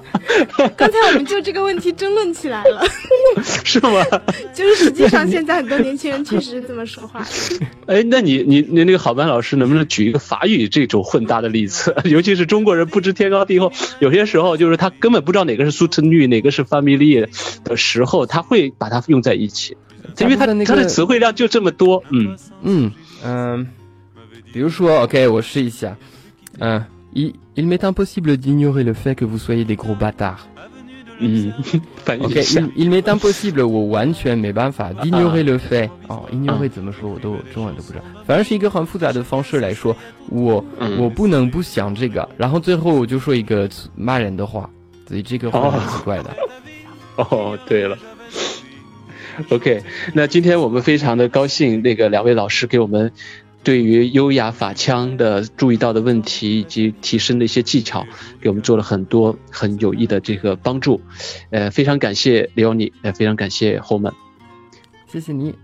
B: 刚才我们就这个问题争论起来了， (laughs)
A: 是吗？
B: 就是实际上现在很多年轻人确实这么说话。
A: 哎，那你你你那个好班老师能不能举一个法语这种混搭的例子？ (laughs) 尤其是中国人不知天高地厚，有些时候就是他根本不知道哪个是 s o u t e n u 哪个是 family 的时候，他会把它用在一起，因为他
C: 大部分那
A: 他的
C: 个
A: 词汇量就这么多。嗯
C: 嗯嗯、比如说，OK，我试一下，嗯、il il m'est impossible d'ignorer le fait que vous soyez des gros bâtards。
A: 嗯， (laughs) 翻译
C: OK，
A: 一下
C: il il m'est impossible，我完全没办
A: 啊
C: 法 d'ignorer le fait。哦，ignorer 怎么说我都中文都不知道，反正是一个很复杂的方式来说，我
A: 嗯
C: 我不能不想这个，然后最后我就说一个骂人的话，所以这个会
A: 哦
C: 很奇怪的。
A: (laughs) 哦，对了。OK，那今天我们非常的高兴，那个两位老师给我们对于优雅法腔的注意到的问题以及提升的一些技巧，给我们做了很多很有益的这个帮助。呃，非常感谢 l e o n 呃，非常感谢 Homan，
C: 谢谢你，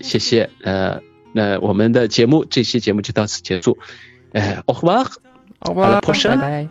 A: 谢谢。呃，那我们的节目这期节目就到此结束。呃，au revoir。好
C: 好吧，
A: 了，prochain
C: 拜拜。